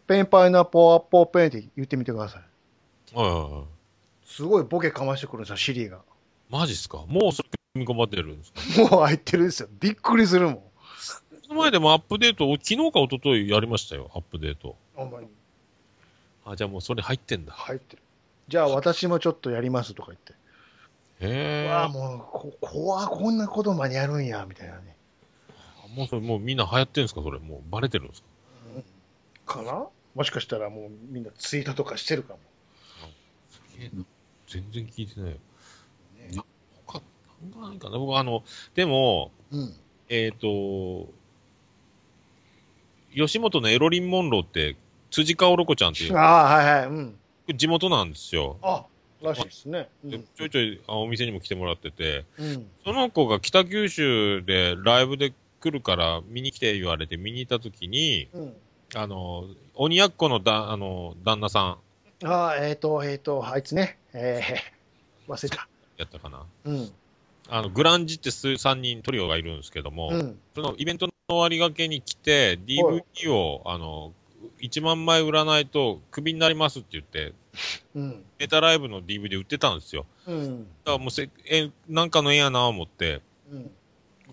S2: ペンパイナポーアッポーペンって言ってみてください。
S1: はいはいはい
S2: すごいボケかましてくるんですよ、シリーが。
S1: マジっすかもうそれ組み込まれてるんですか
S2: もう入ってるんですよ。びっくりするもん。
S1: この前でもアップデート、昨日か一昨日やりましたよ、アップデート。
S2: ほんまに。
S1: あ、じゃあもうそれ入ってんだ。
S2: 入ってる。じゃあ私もちょっとやりますとか言って。
S1: へえ。
S2: わあ、もう、こ、こわこんなことまでやるんや、みたいなね。
S1: もうそれもうみんな流行ってるんですかそれ。もうバレてるんですか
S2: かなもしかしたらもうみんなツイートとかしてるかも。
S1: 全然聞いてないよ。
S2: ね
S1: 他、なんかないかな僕あの、でも、
S2: うん。
S1: えっ、と、吉本のエロリン・モンローって、辻香ロコちゃんってい
S2: あ
S1: う、
S2: あ、はいはい。うん。
S1: 地元なんですよ。
S2: あ、らしいですね。う
S1: で
S2: ん。
S1: ちょいちょいあお店にも来てもらってて、
S2: うん。
S1: その子が北九州でライブで来るから見に来て言われて見に行った時に、
S2: うん。
S1: あの、鬼奴のだ、あの、旦那さん
S2: ああ、えっ、と、えっ、と、あいつね。えー、忘れた。
S1: やったかな。
S2: うん。
S1: あの、グランジって数3人トリオがいるんですけども、
S2: うん。
S1: そのイベントの終わりがけに来て、
S2: はい
S1: DVD を、あの、1万枚売らないとクビになりますって言って、
S2: うん。
S1: ネタライブの DVD 売ってたんですよ。
S2: うん。
S1: だからもうせ、え、なんかの縁やな思って
S2: うん。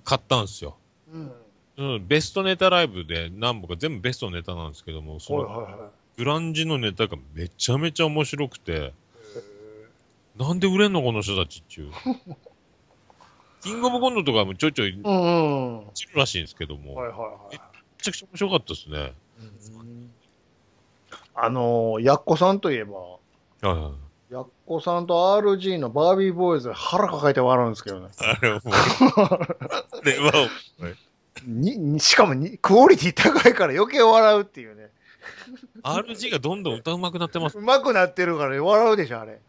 S1: 買ったんですよ。
S2: うん。
S1: うん、ベストネタライブで何本か全部ベストのネタなんですけども、そ
S2: はい
S1: の
S2: はいはい。
S1: グランジのネタがめちゃめちゃ面白くて、なんで売れんのこの人たち っていう。キングオブコントとかもちょいちょい落
S2: うんうん。
S1: ちるらしいんですけども、
S2: はい
S1: め
S2: はいはい。
S1: ちゃくちゃ面白かったですね。はい
S2: あのー、やっこさんといえば、
S1: はいはい
S2: やっこさんと RG のバービーボーイズ腹抱えて笑うんですけどね。
S1: あれ、もう。あれは、
S2: に、にしかもに、クオリティ高いから余計笑うっていうね。
S1: RG がどんどん歌うまくなってます。
S2: うまくなってるから笑うでしょ、あれ。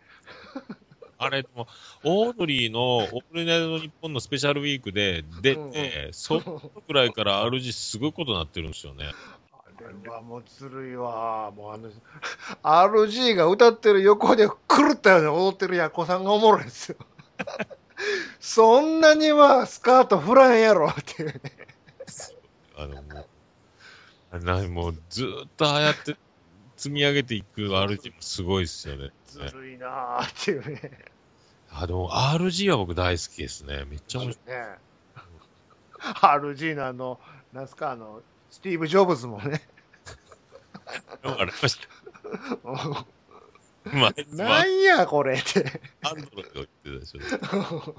S1: あれ、もうオードリーの、オールナイトの日本のスペシャルウィークで出
S2: うん
S1: て、そのくらいから RG すごいことになってるんですよね。
S2: あれはもうずるいわ。もうあの、RG が歌ってる横で狂ったように踊ってるやっこさんがおもろいんですよ。 そんなにはスカート振らんやろっていうね。
S1: あの、もう、あれなもうずーっとああやって積み上げていく RG もすごいですよね。
S2: ずるいなあっていうね。
S1: あ、でも RG は僕大好きですね。めっちゃ面白い。
S2: ね RG のあの、なんすか、あの、スティーブ・ジョブズもね、
S1: あれ、まあ、ま
S2: なんやこれって。
S1: あ、アンドロイド言ってたでしょ。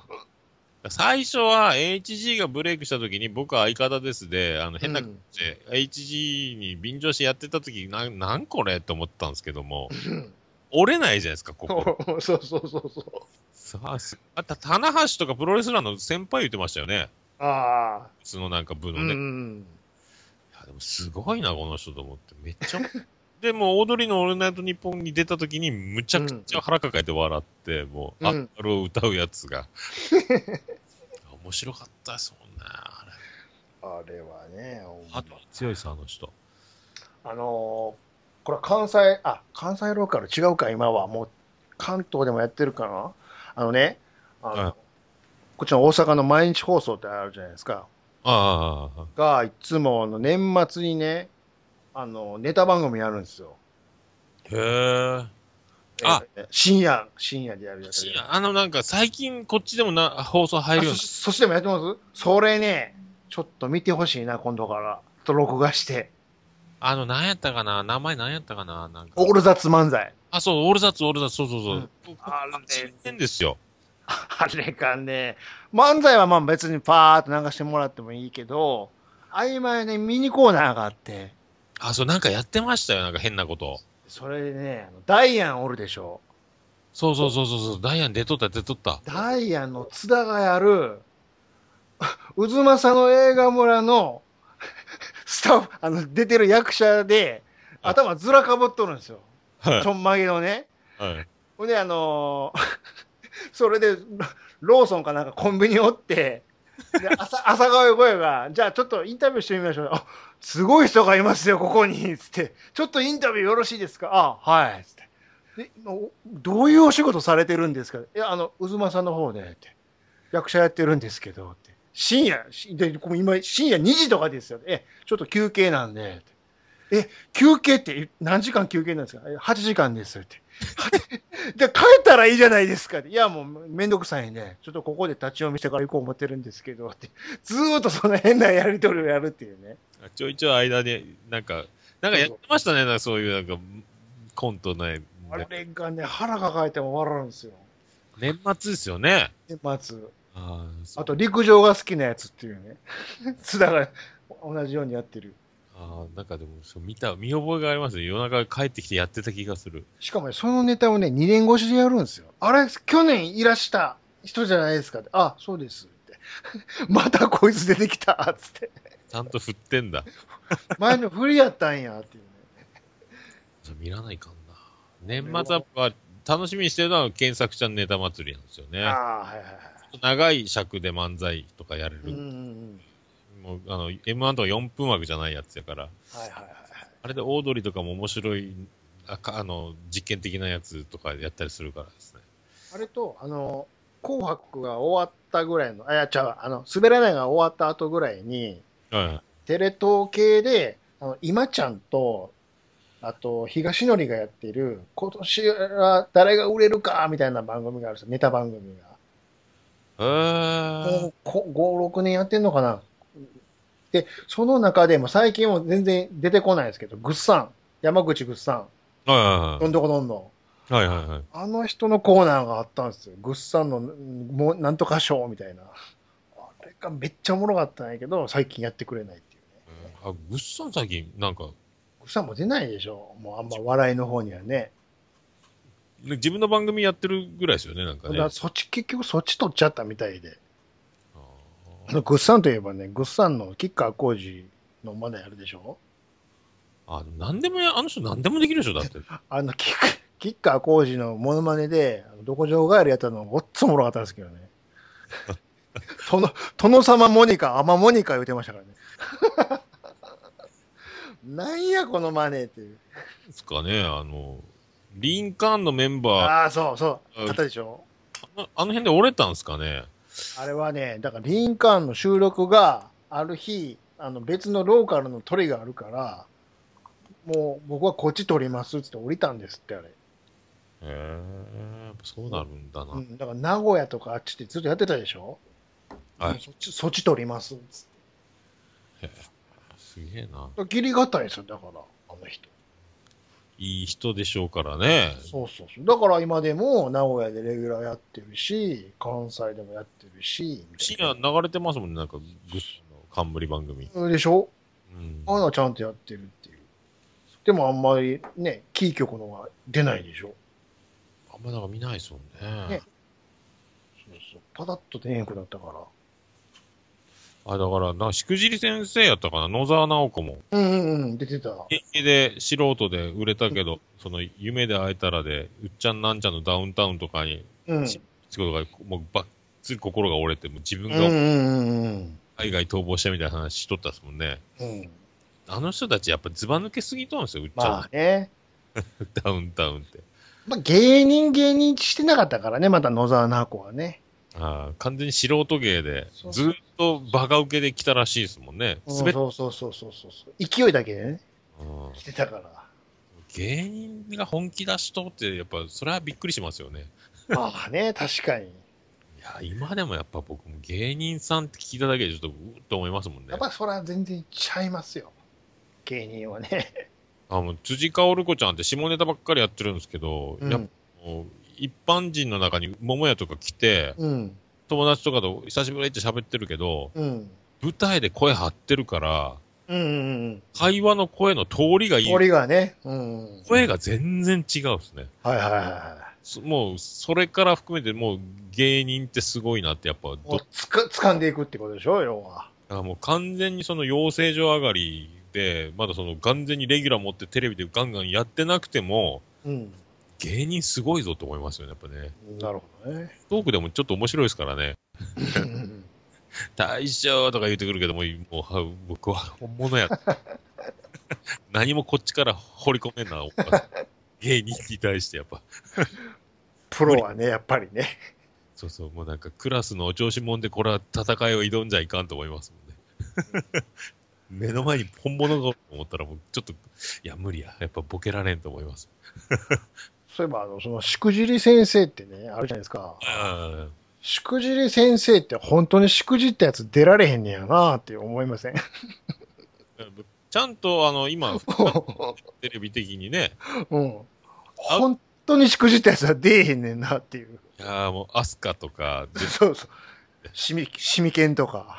S1: 最初は HG がブレイクした時に僕は相方ですで、あの 変な
S2: う
S1: 感
S2: ん
S1: じで、HG に便乗してやってた時な、なんこれって思ったんですけども、折れないじゃないですか、ここ。
S2: そうそうそうそ
S1: さあ、すあた、棚橋とかプロレスラーの先輩言ってましたよね。
S2: う。ああ、
S1: 普通のなんか部
S2: う
S1: のね。い
S2: ん。
S1: や、でもすごいな、この人と思って。めっちゃ。 で、もう、オードリーのオールナイトニッポンに出た時に、むちゃくちゃ腹抱えて笑って、もう、
S2: うん
S1: あっれを歌うやつが。 面白かったですもんね、あれ。
S2: あれはね、ほんま
S1: あと強いです、あの人。
S2: あのーこれは関西、あ、関西ローカル違うか、今は。もう、関東でもやってるかなあのね、あの、
S1: うん
S2: こっちの大阪の毎日放送ってあるじゃないですか。
S1: ああ、
S2: が、いつもあの年末にね、あの、ネタ番組やるんですよ。
S1: へえ。あ
S2: えー深夜、深夜でやるやつ。
S1: 深夜あの、なんか、最近、こっちでもな、放送入るよう
S2: あそそしてもやってますそれね、ちょっと見てほしいな、今度から。と録画して。
S1: なあの、なんやったかな名前なんやったかななんか。
S2: オールザッツ漫才。
S1: あ、そう、オールザッツ、オールザッツ、そうそうそうう。
S2: ん
S1: ここ
S2: あれ
S1: 新鮮ですよ。
S2: あれがね、漫才はまあ別にパーっと流してもらってもいいけど、曖昧ね、ミニコーナーがあって、
S1: あ、そう、なんかやってましたよ、なんか変なこと。
S2: それでね、あのダイアンおるでしょ。
S1: そうそうそうそうそう、ダイアン出とった、出とった。
S2: ダイアンの津田がやる、うずまさの映画村のスタッフ、あの、出てる役者で、頭ずらかぶっとるんですよ。
S1: はい
S2: ちょんまげのね。
S1: はい。
S2: ほんで、あのー それで、ローソンかなんかコンビニおって、で朝 朝顔声が、じゃあちょっとインタビューしてみましょう。あすごい人がいますよ、ここに。つって、ちょっとインタビューよろしいですかあ、はい。つって。でおどういうお仕事されてるんですかいや、あの、うずまさんの方で、って。役者やってるんですけど、って。深夜、しでこう今、深夜2時とかですよ。え、ちょっと休憩なんで、ってえ、休憩って何時間休憩なんですかえ ?8 時間です、って。じゃあ帰ったらいいじゃないですかって。いや、もうめんどくさいんで、ちょっとここで立ち読みしてから行こう思ってるんですけど、って。ずーっとその変なやりとりをやるっていうね。
S1: ちょいちょい間で、なんか、なんかやってましたね、なんかそういう、なんか、コントね。
S2: あれがね、腹抱えても笑うんですよ。
S1: 年末ですよね。
S2: で、末。
S1: あーそ
S2: あと、陸上が好きなやつっていうね。津田が同じようにやってる。
S1: あーなんかでも、そう見た、見覚えがありますね。夜中帰ってきてやってた気がする。
S2: しかもね、そのネタをね、2年越しでやるんですよ。あれ、去年いらした人じゃないですかって。あ、そうです。って。 またこいつ出てきた。つって。
S1: ちゃんと振ってんだ。
S2: 前の振りやったんや。っていうね。
S1: そう見らないかんな。年末は、楽しみにしてるのは、検索ちゃんネタ祭りなんですよね。
S2: ああー、はいはいはい。
S1: 長い尺で漫才とかやれ
S2: うんうん
S1: る。
S2: うん。
S1: もう、あの、M1 とか4分枠じゃないやつやから。
S2: はいはいはい。
S1: あれでオードリーとかも面白い、あかあの、実験的なやつとかやったりするからですね。
S2: あれと、あの、紅白が終わったぐらいの、あ、いや、ちゃう、あの、滑らないが終わった後ぐらいに、
S1: はい。
S2: テレ東系で、あの、今ちゃんと、あと、東のりがやってる、今年は誰が売れるか、みたいな番組があるんですよ、ネタ番組
S1: え
S2: が。
S1: ー
S2: も、うこ5、6年やってんのかなで、その中でも最近も全然出てこないですけど、ぐっさん、山口ぐっさん、
S1: は
S2: どんどこどんど
S1: い
S2: ん。
S1: はいはい。はいはいはい。
S2: あの人のコーナーがあったんですよ。グッサンの、んもう、なんとか賞みたいな。あれがめっちゃおもろかったんやけど、最近やってくれないっていうね。
S1: あ、ぐっさん最近、なんか、
S2: グッサンも出ないでしょ。もうあんま笑いの方にはね。
S1: ね自分の番組やってるぐらいですよね、なんか
S2: だか
S1: ね。
S2: らそっち、結局そっち取っちゃったみたいで。
S1: あ
S2: あ
S1: ー
S2: の、グッサンといえばね、グッサンのキッカー工事のまだやるでしょ。
S1: あ、なんでもや、あの人なんでもできるでしょ、だって。
S2: あの、キッカー、キッカー工事のモノマネで、あのどこ上帰りやったのごっつおもろかったんですけどね。 殿、殿様モニカ、天モニカ言うてましたからね。 なんやこのマネーっていう。
S1: ですかね、あの、リンカーンのメンバ
S2: ああー、そうそう。
S1: うん
S2: あったでしょ。
S1: ー、あのあの辺で折れたんですかね。
S2: あれはね、だからリンカーンの収録がある日、あの別のローカルの取りがあるから、もう僕はこっち取りますって言って降りたんですってあれ。
S1: へえ、やっぱそうなるんだな。
S2: うん、だから名古屋とかあっちでずっとやってたでしょ。
S1: はい
S2: そっち、そっち取りますっつって。
S1: すげえな。
S2: 切りがたいですよ、だから、あの人。
S1: いい人でしょうからね。
S2: そうそうそう。だから今でも名古屋でレギュラーやってるし、関西でもやってるし、みた
S1: 深
S2: い
S1: 夜
S2: な
S1: 流れてますもんね、なんか、グッズの冠番組。
S2: でしょ
S1: うん。
S2: あんなちゃんとやってるっていう。でもあんまりね、キー局のは出ないでしょ
S1: あんまなんか見ないですもんね。
S2: ねそうそう。パタッと天役だったから。
S1: あ、だから、なんか、しくじり先生やったかな、野沢直子も。
S2: うんうんうん、出てた。
S1: 平気で、素人で売れたけど、その、夢で会えたらで、うっちゃんなんちゃんのダウンタウンとかに、
S2: うん。
S1: し仕事が、もう、ばっつり心が折れて、もう自分
S2: うんうん
S1: が
S2: うんうん。
S1: 海外逃亡したみたいな話しとったっすもんね。
S2: うん、
S1: あの人たちやっぱずば抜けすぎとんですよ、うっちゃん、
S2: まあね。
S1: ダウンタウンって。
S2: まあ芸人芸人してなかったからね、また野沢直子はね。
S1: ああ、完全に素人芸で
S2: そ、う
S1: ずっとバカ受けで来たらしいですもんね。
S2: うん
S1: すべて、
S2: そうそうそうそうそうそう。勢いだけでね、
S1: うん
S2: 来てたから。
S1: 芸人が本気出しとって、やっぱ、それはびっくりしますよね。
S2: まあね、確かに。
S1: いや、今でもやっぱ僕も芸人さんって聞いただけでちょっとうーっと思いますもんね
S2: やっ。ぱそれは全然ちゃいますよ。芸人はね。
S1: あの、辻香織子ちゃんって下ネタばっかりやってるんですけど、
S2: うん
S1: やっぱもう一般人の中に桃屋とか来て、
S2: うん。
S1: 友達とかと久しぶりって喋ってるけど、
S2: うん。
S1: 舞台で声張ってるから、
S2: うんうん
S1: 会話の声の通りがい
S2: うん。
S1: い。
S2: 氷がね。うん。
S1: 声が全然違うですね。
S2: はいはいはいは
S1: そもう、それから含めて、もう芸人ってすごいなって、やっぱど、
S2: い。もうつか、掴んでいくってことでしょ、要は。
S1: あもう完全にその養成所上がりで、まだその完全にレギュラー持ってテレビでガンガンやってなくても、
S2: うん。
S1: 芸人すごいぞと思いますよね、やっぱね。
S2: なるほどね。
S1: トークでもちょっと面白いですからね。大将とか言ってくるけども、もうは僕は本物や。何もこっちから掘り込めんな、お前芸人に対してやっぱ。
S2: プロはね、やっぱりね。
S1: そうそう、もうなんかクラスのお調子者でこれは戦いを挑んじゃいかんと思いますもんね。 目の前に本物がおると思ったらもうちょっと、いや無理や。やっぱボケられんと思います。
S2: そういえば、あの、その、しくじり先生ってね、あるじゃないですか。
S1: あ
S2: しくじり先生って本当にしくじったやつ出られへんねやなって思いま せん
S1: ーちゃんとあの今、
S2: う
S1: テレビ的にね、
S2: ん。本当にしくじったやつは出えへんねんなっていう。
S1: いやーもうアスカとか、で
S2: そうそう。シミ、シミケンとか。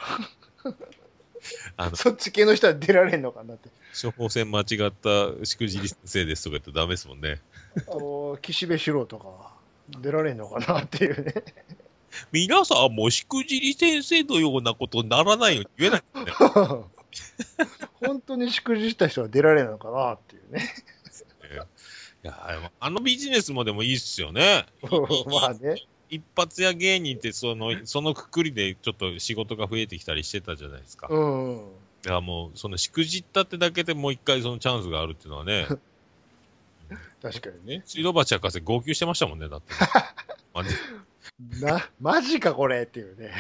S1: あの、
S2: そっち系の人は出られんのかなって。
S1: 処方箋間違ったしくじり先生ですとか言ってダメですもんね。
S2: あの、岸辺四郎とか、出られんのかなって いうね。
S1: 皆さんもしくじり先生のようなことにならないように言えないですね。
S2: 本当にしくじった人は出られんのかなっていうね。
S1: いやーでもあのビジネスもでもいいっすよね。
S2: まあね。
S1: 一発屋芸人ってその、そのくくりでちょっと仕事が増えてきたりしてたじゃないですか。い
S2: うん。
S1: や、もう、そのしくじったってだけでもう一回そのチャンスがあるっていうのは ね、
S2: 確かにね。
S1: 水道橋博士号泣してましたもんね、だって。まあね
S2: な、マジかこれっていうね。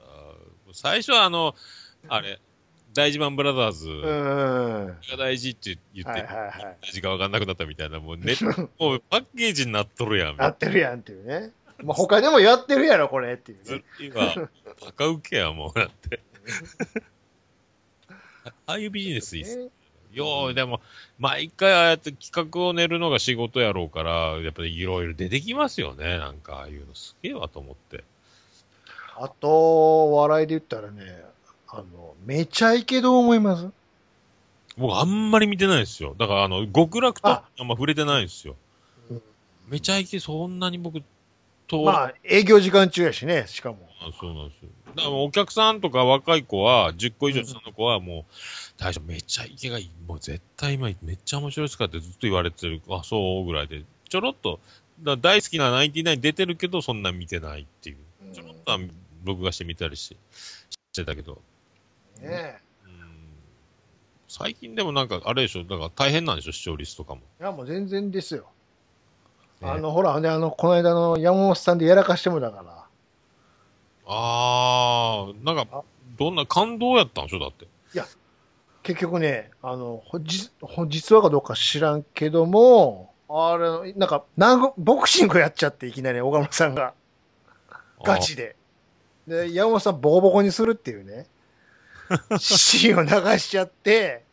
S1: あー最初はあの、あれ、大事マンブラザーズ
S2: うん。は
S1: が大事って言
S2: い
S1: っ
S2: はい
S1: て、
S2: はい。
S1: 大事がわかんなくなったみたいな、もう ね、もうパッケージになっとるやん。
S2: やってるやんっていうね。まあ、他でもやってるやろ、これっていう
S1: ずっ
S2: ね。
S1: と今、バカウケや、もう、だ って。あああいうビジネスいいっす
S2: ね
S1: よう、でも、毎回ああやって企画を練るのが仕事やろうから、やっぱりいろいろ出てきますよね。なんか、ああいうのすげえわと思って。
S2: あと、笑いで言ったらね、あの、めちゃイケどう思います
S1: 僕、あんまり見てないですよ。だから、あの、極楽と
S2: あ
S1: あんま触れてないですよ
S2: うん。
S1: めちゃイケ、そんなに僕、と、
S2: まあ、営業時間中やしね、しかも。
S1: あそうなんですよ。だからもうお客さんとか若い子は、10個以上下の子はもう、大将めっちゃイケがいい。もう絶対今めっちゃ面白いですからってずっと言われてる。あ、そうぐらいで。ちょろっと、だから大好きなナインティナイン出てるけど、そんな見てないっていう。ちょろっとは録画してみたりししてたけど。
S2: ね
S1: うん最近でもなんか、あれでしょ、だから大変なんでしょ、視聴率とかも。
S2: いや、もう全然ですよ。
S1: ね
S2: あの、ほら、ね、あの、この間の山本さんでやらかしてもだから。
S1: あー、なんか
S2: あ、
S1: どんな感動やったんでしょ、だって。
S2: 結局ね、あの、ほじほ実話かどうか知らんけども、あれ、なんか、なんボクシングやっちゃって、いきなり小川さんが。ガチで。で、山本さんボコボコにするっていうね。シーンを流しちゃって、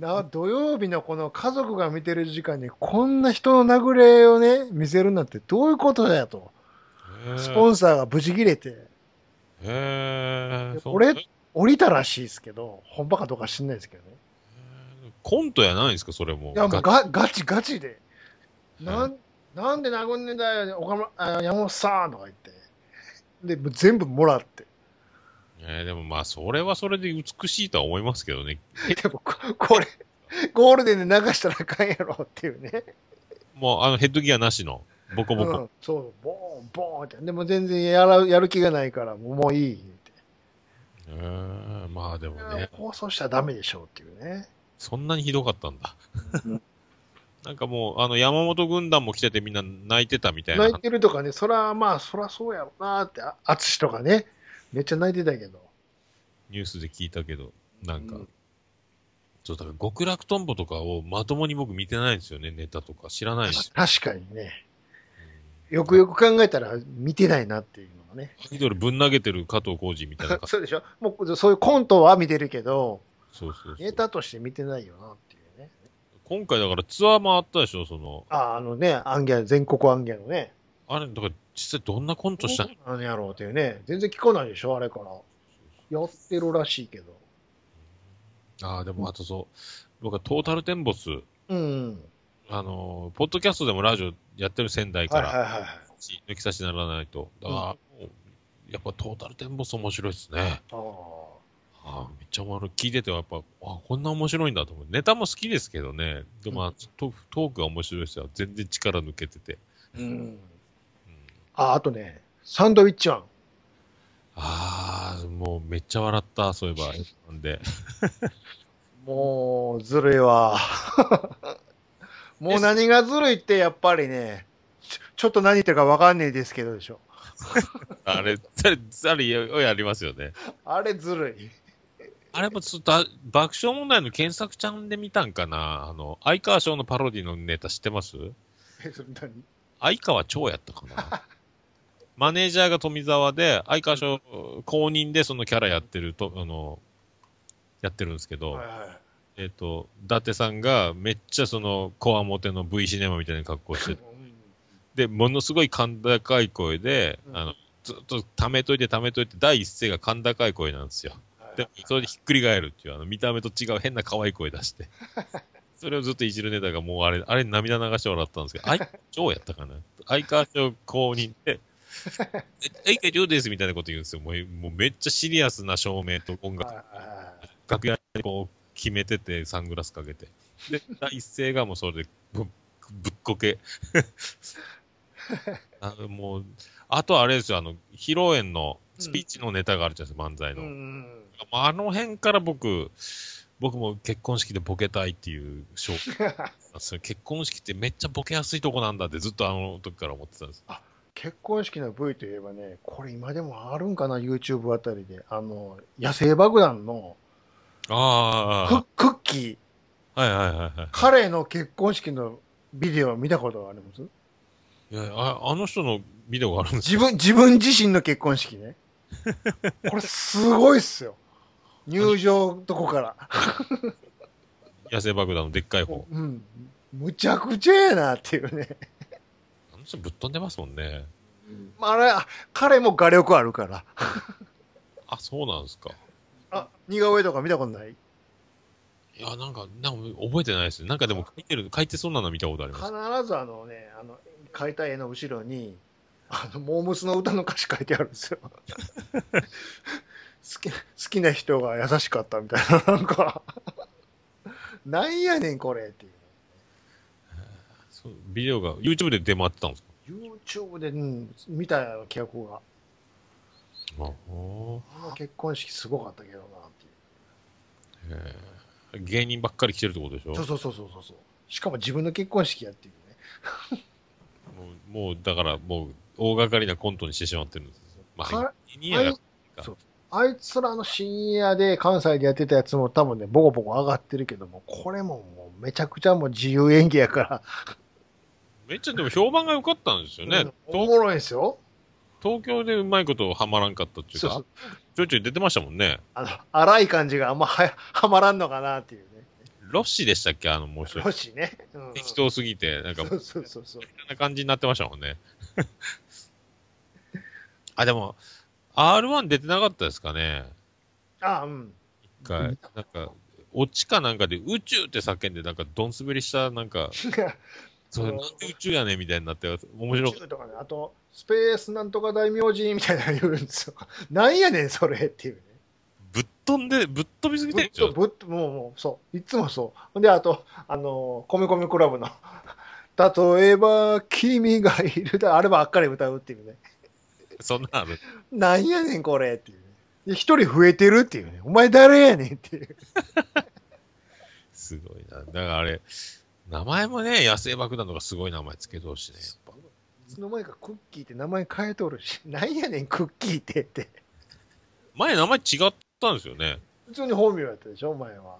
S2: な土曜日のこの家族が見てる時間にこんな人の殴れをね、見せるなんてどういうことだよと。
S1: へー
S2: スポンサーがブチ切れて、
S1: へえ。
S2: 俺
S1: そう
S2: 降りたらしいですけど、本場かどうか知んないですけどね。
S1: コントやないんですか、それも。
S2: いや、もう
S1: ガ
S2: ガガチガチで。な
S1: は
S2: ん、なんで殴んねんだよ、岡村、あ山本さんとか言って。で、もう全部もらって。
S1: えーでもまあ、それはそれで美しいとは思いますけどね。
S2: でも、ここれ、ゴールデンで流したらあかんやろっていうね。
S1: もう、あの、ヘッドギアなしの、ボコ
S2: う
S1: ボコ。
S2: ん、そう、ボーン、ボーンって。でも全然やらやる気がないから、もうもういいって。
S1: へーまあでもね、
S2: 放送したらダメでしょうっていうね。
S1: そんなにひどかったんだ。なんかもう、あの、山本軍団も来ててみんな泣いてたみたいな
S2: 泣い。てるとかね、そらまあ、そらそうやろなーって、あ淳とかね、めっちゃ泣いてたけど。
S1: ニュースで聞いたけど、なんか、
S2: うん
S1: そう、だから極楽とんぼとかをまともに僕見てないんですよね、ネタとか。知らない し。
S2: 確かにね、よくよく考えたら見てないなっていうのがね。
S1: アイドルぶん投げてる加藤浩二みたい な感じ。
S2: そうでしょもうそういうコントは見てるけど、
S1: そうそうそう
S2: ネタとして見てないよなっていうね。
S1: 今回だからツアーもあったでしょ、その、
S2: あ、あのね、アンギャ、全国アンギャのね。
S1: あれ、だから実際どんなコントしたの
S2: 何やろうっていうね。全然聞こないでしょ、あれから。やってるらしいけど。
S1: ああ、でもあとそう、僕はトータルテンボス、
S2: うん。
S1: あのーポッドキャストでもラジオやってる仙台
S2: は
S1: か
S2: い
S1: ら、
S2: はいはいはい。
S1: 抜き差しならないと。だから、もうやっぱトータルテンボス面白いですね。
S2: ああ。
S1: ああめっちゃ面白い。聞いててはやっぱ、あこんな面白いんだと思う。ネタも好きですけどね。でも、まあトトークが面白いですよ。全然力抜けてて。
S2: うん。
S1: うん
S2: あ、あとね、サンドウィッチマン。
S1: ああ、もうめっちゃ笑った、そういえば。なんで。
S2: もう、ずるいわ。 もう何がずるいって、やっぱりね、ちょちょっと何言ってるかわかんないですけどでしょ。
S1: あれ、 あれ、あれ、やりますよね。
S2: あれずるい。
S1: あれもちょっと、あ爆笑問題の検索ちゃんで見たんかなあの、相川翔のパロディのネタ知ってます
S2: え、それ何
S1: 相川長やったかなマネージャーが富澤で、相川翔公認でそのキャラやってると、あの、やってるんですけど、
S2: はいはい。
S1: えっ、と、伊達さんがめっちゃその、コアモテの V シネマみたいな格好してて、で、ものすごい甲高い声で、
S2: うん
S1: あの、ずっと溜めといて溜めといて、第一声が甲高い声なんですよ。
S2: はい
S1: で、それでひっくり返るっていう、あの、見た目と違う変な可愛い声出 して。それをずっといじるネタがもうあれ、あれ涙流して笑ったんですけ ど、相長やったかな相川省公認で、え、え、長ですみたいなこと言うんですよ。もう、もうめっちゃシリアスな照明と音
S2: はい
S1: 楽、
S2: は
S1: 楽屋でこう決めてて、サングラスかけて。 で、一斉がもうそれでぶぶっこけ。 あのもう、あとあれですよ、あの、披露宴のスピーチのネタがあるじゃないですか、漫才
S2: い。う
S1: の。
S2: ん。
S1: まああの辺から僕、僕も結婚式でボケたいっていう証拠それ結婚式ってめっちゃボケやすいとこなんだってずっとあの時から思ってたんです。
S2: 結婚式の V といえばね、これ今でもあるんかな、YouTube あたりで。あの、野生爆弾のク
S1: あ
S2: クッキー、
S1: あ、はいはいはいは
S2: 彼の結婚式のビデオ見たことあります
S1: い。いやああの人のビデオがあるんです
S2: 自
S1: よ。
S2: 分、自分自身の結婚式 ね。これすごいっすよ。入場とこから。
S1: 野生爆弾のでっかい方。
S2: うん。むちゃくちゃやなっていうね。
S1: あの人ぶっ飛んでますもんね。
S2: まあ、あれ、あ彼も画力あるから。
S1: あ、そうなんですか。
S2: あ、似顔絵とか見たことない
S1: いや、なんか、なんか覚えてないですね。なんかでも書いてる、書いてそうなの見たことあります。
S2: 必ずあのね、あの、描いた絵の後ろに、あの、モームスの歌の歌詞書いてあるんですよ。好 き、好きな人が優しかったみたいな、なんか、なんやねんこれっていう。
S1: そうビデオが YouTube で出回ってたんですか
S2: YouTube で、うん、見たよ記憶が。
S1: あー
S2: あの結婚式すごかったけどなっていう。
S1: へー芸人ばっかり来てるってことでしょ
S2: そうそうそうそうそうそう。しかも自分の結婚式やってるね。
S1: もう、もうだから、もう、大掛かりなコントにしてしまってるんです。まあ
S2: か、
S1: 芸人やが
S2: あいそうあいつらの深夜で関西でやってたやつも多分ね、ボコボコ上がってるけども、これももうめちゃくちゃもう自由演技やから、
S1: めっちゃでも評判が良かったんですよね。
S2: うんお
S1: 東
S2: もろいんですよ。
S1: 東京でうまいことはまらんかったっていう
S2: そうそ
S1: か
S2: う、。
S1: ちょいちょい出てましたもんね。
S2: あの、荒い感じがあんまは はまらんのかなっていうね。
S1: ロッシーでしたっけあの、もう一人
S2: も。しね。うん
S1: 適当すぎて、なんか、
S2: そ
S1: み
S2: うそうそうそう。
S1: たいな感じになってましたもんね。 あ、でも、R1 出てなかったですかね。
S2: あ、うん。
S1: 一回。なんか、オチかなんかで宇宙って叫んで、なんか、どん滑りした、なんか、 それなんで宇宙やねんみたいになって、面白かっ
S2: とかね、あと、スペースなんとか大名人みたいなの言うんですよ。 なんやねん、それっていうね。
S1: ぶっ飛んで、ぶっ飛びすぎてるでし
S2: ぶっ
S1: ょ
S2: とぶっともう、もう、そう。いつもそう。ほんで、あと、あのー、コミコミクラブの、 例えば、君がいるだ、あればっかり歌うっていうね。
S1: そんなのある。
S2: なんやねん、これっていうね。で一人増えてるっていうね。お前誰やねんっていう。
S1: すごいな。だからあれ、名前もね、野生爆弾とかすごい名前つけてほしいね。やっぱ
S2: いつの間にかクッキーって名前変えとるし、 なんやねん、クッキーってって。
S1: 前名前違ったんですよね。
S2: 普通に本名やったでしょ、お前は。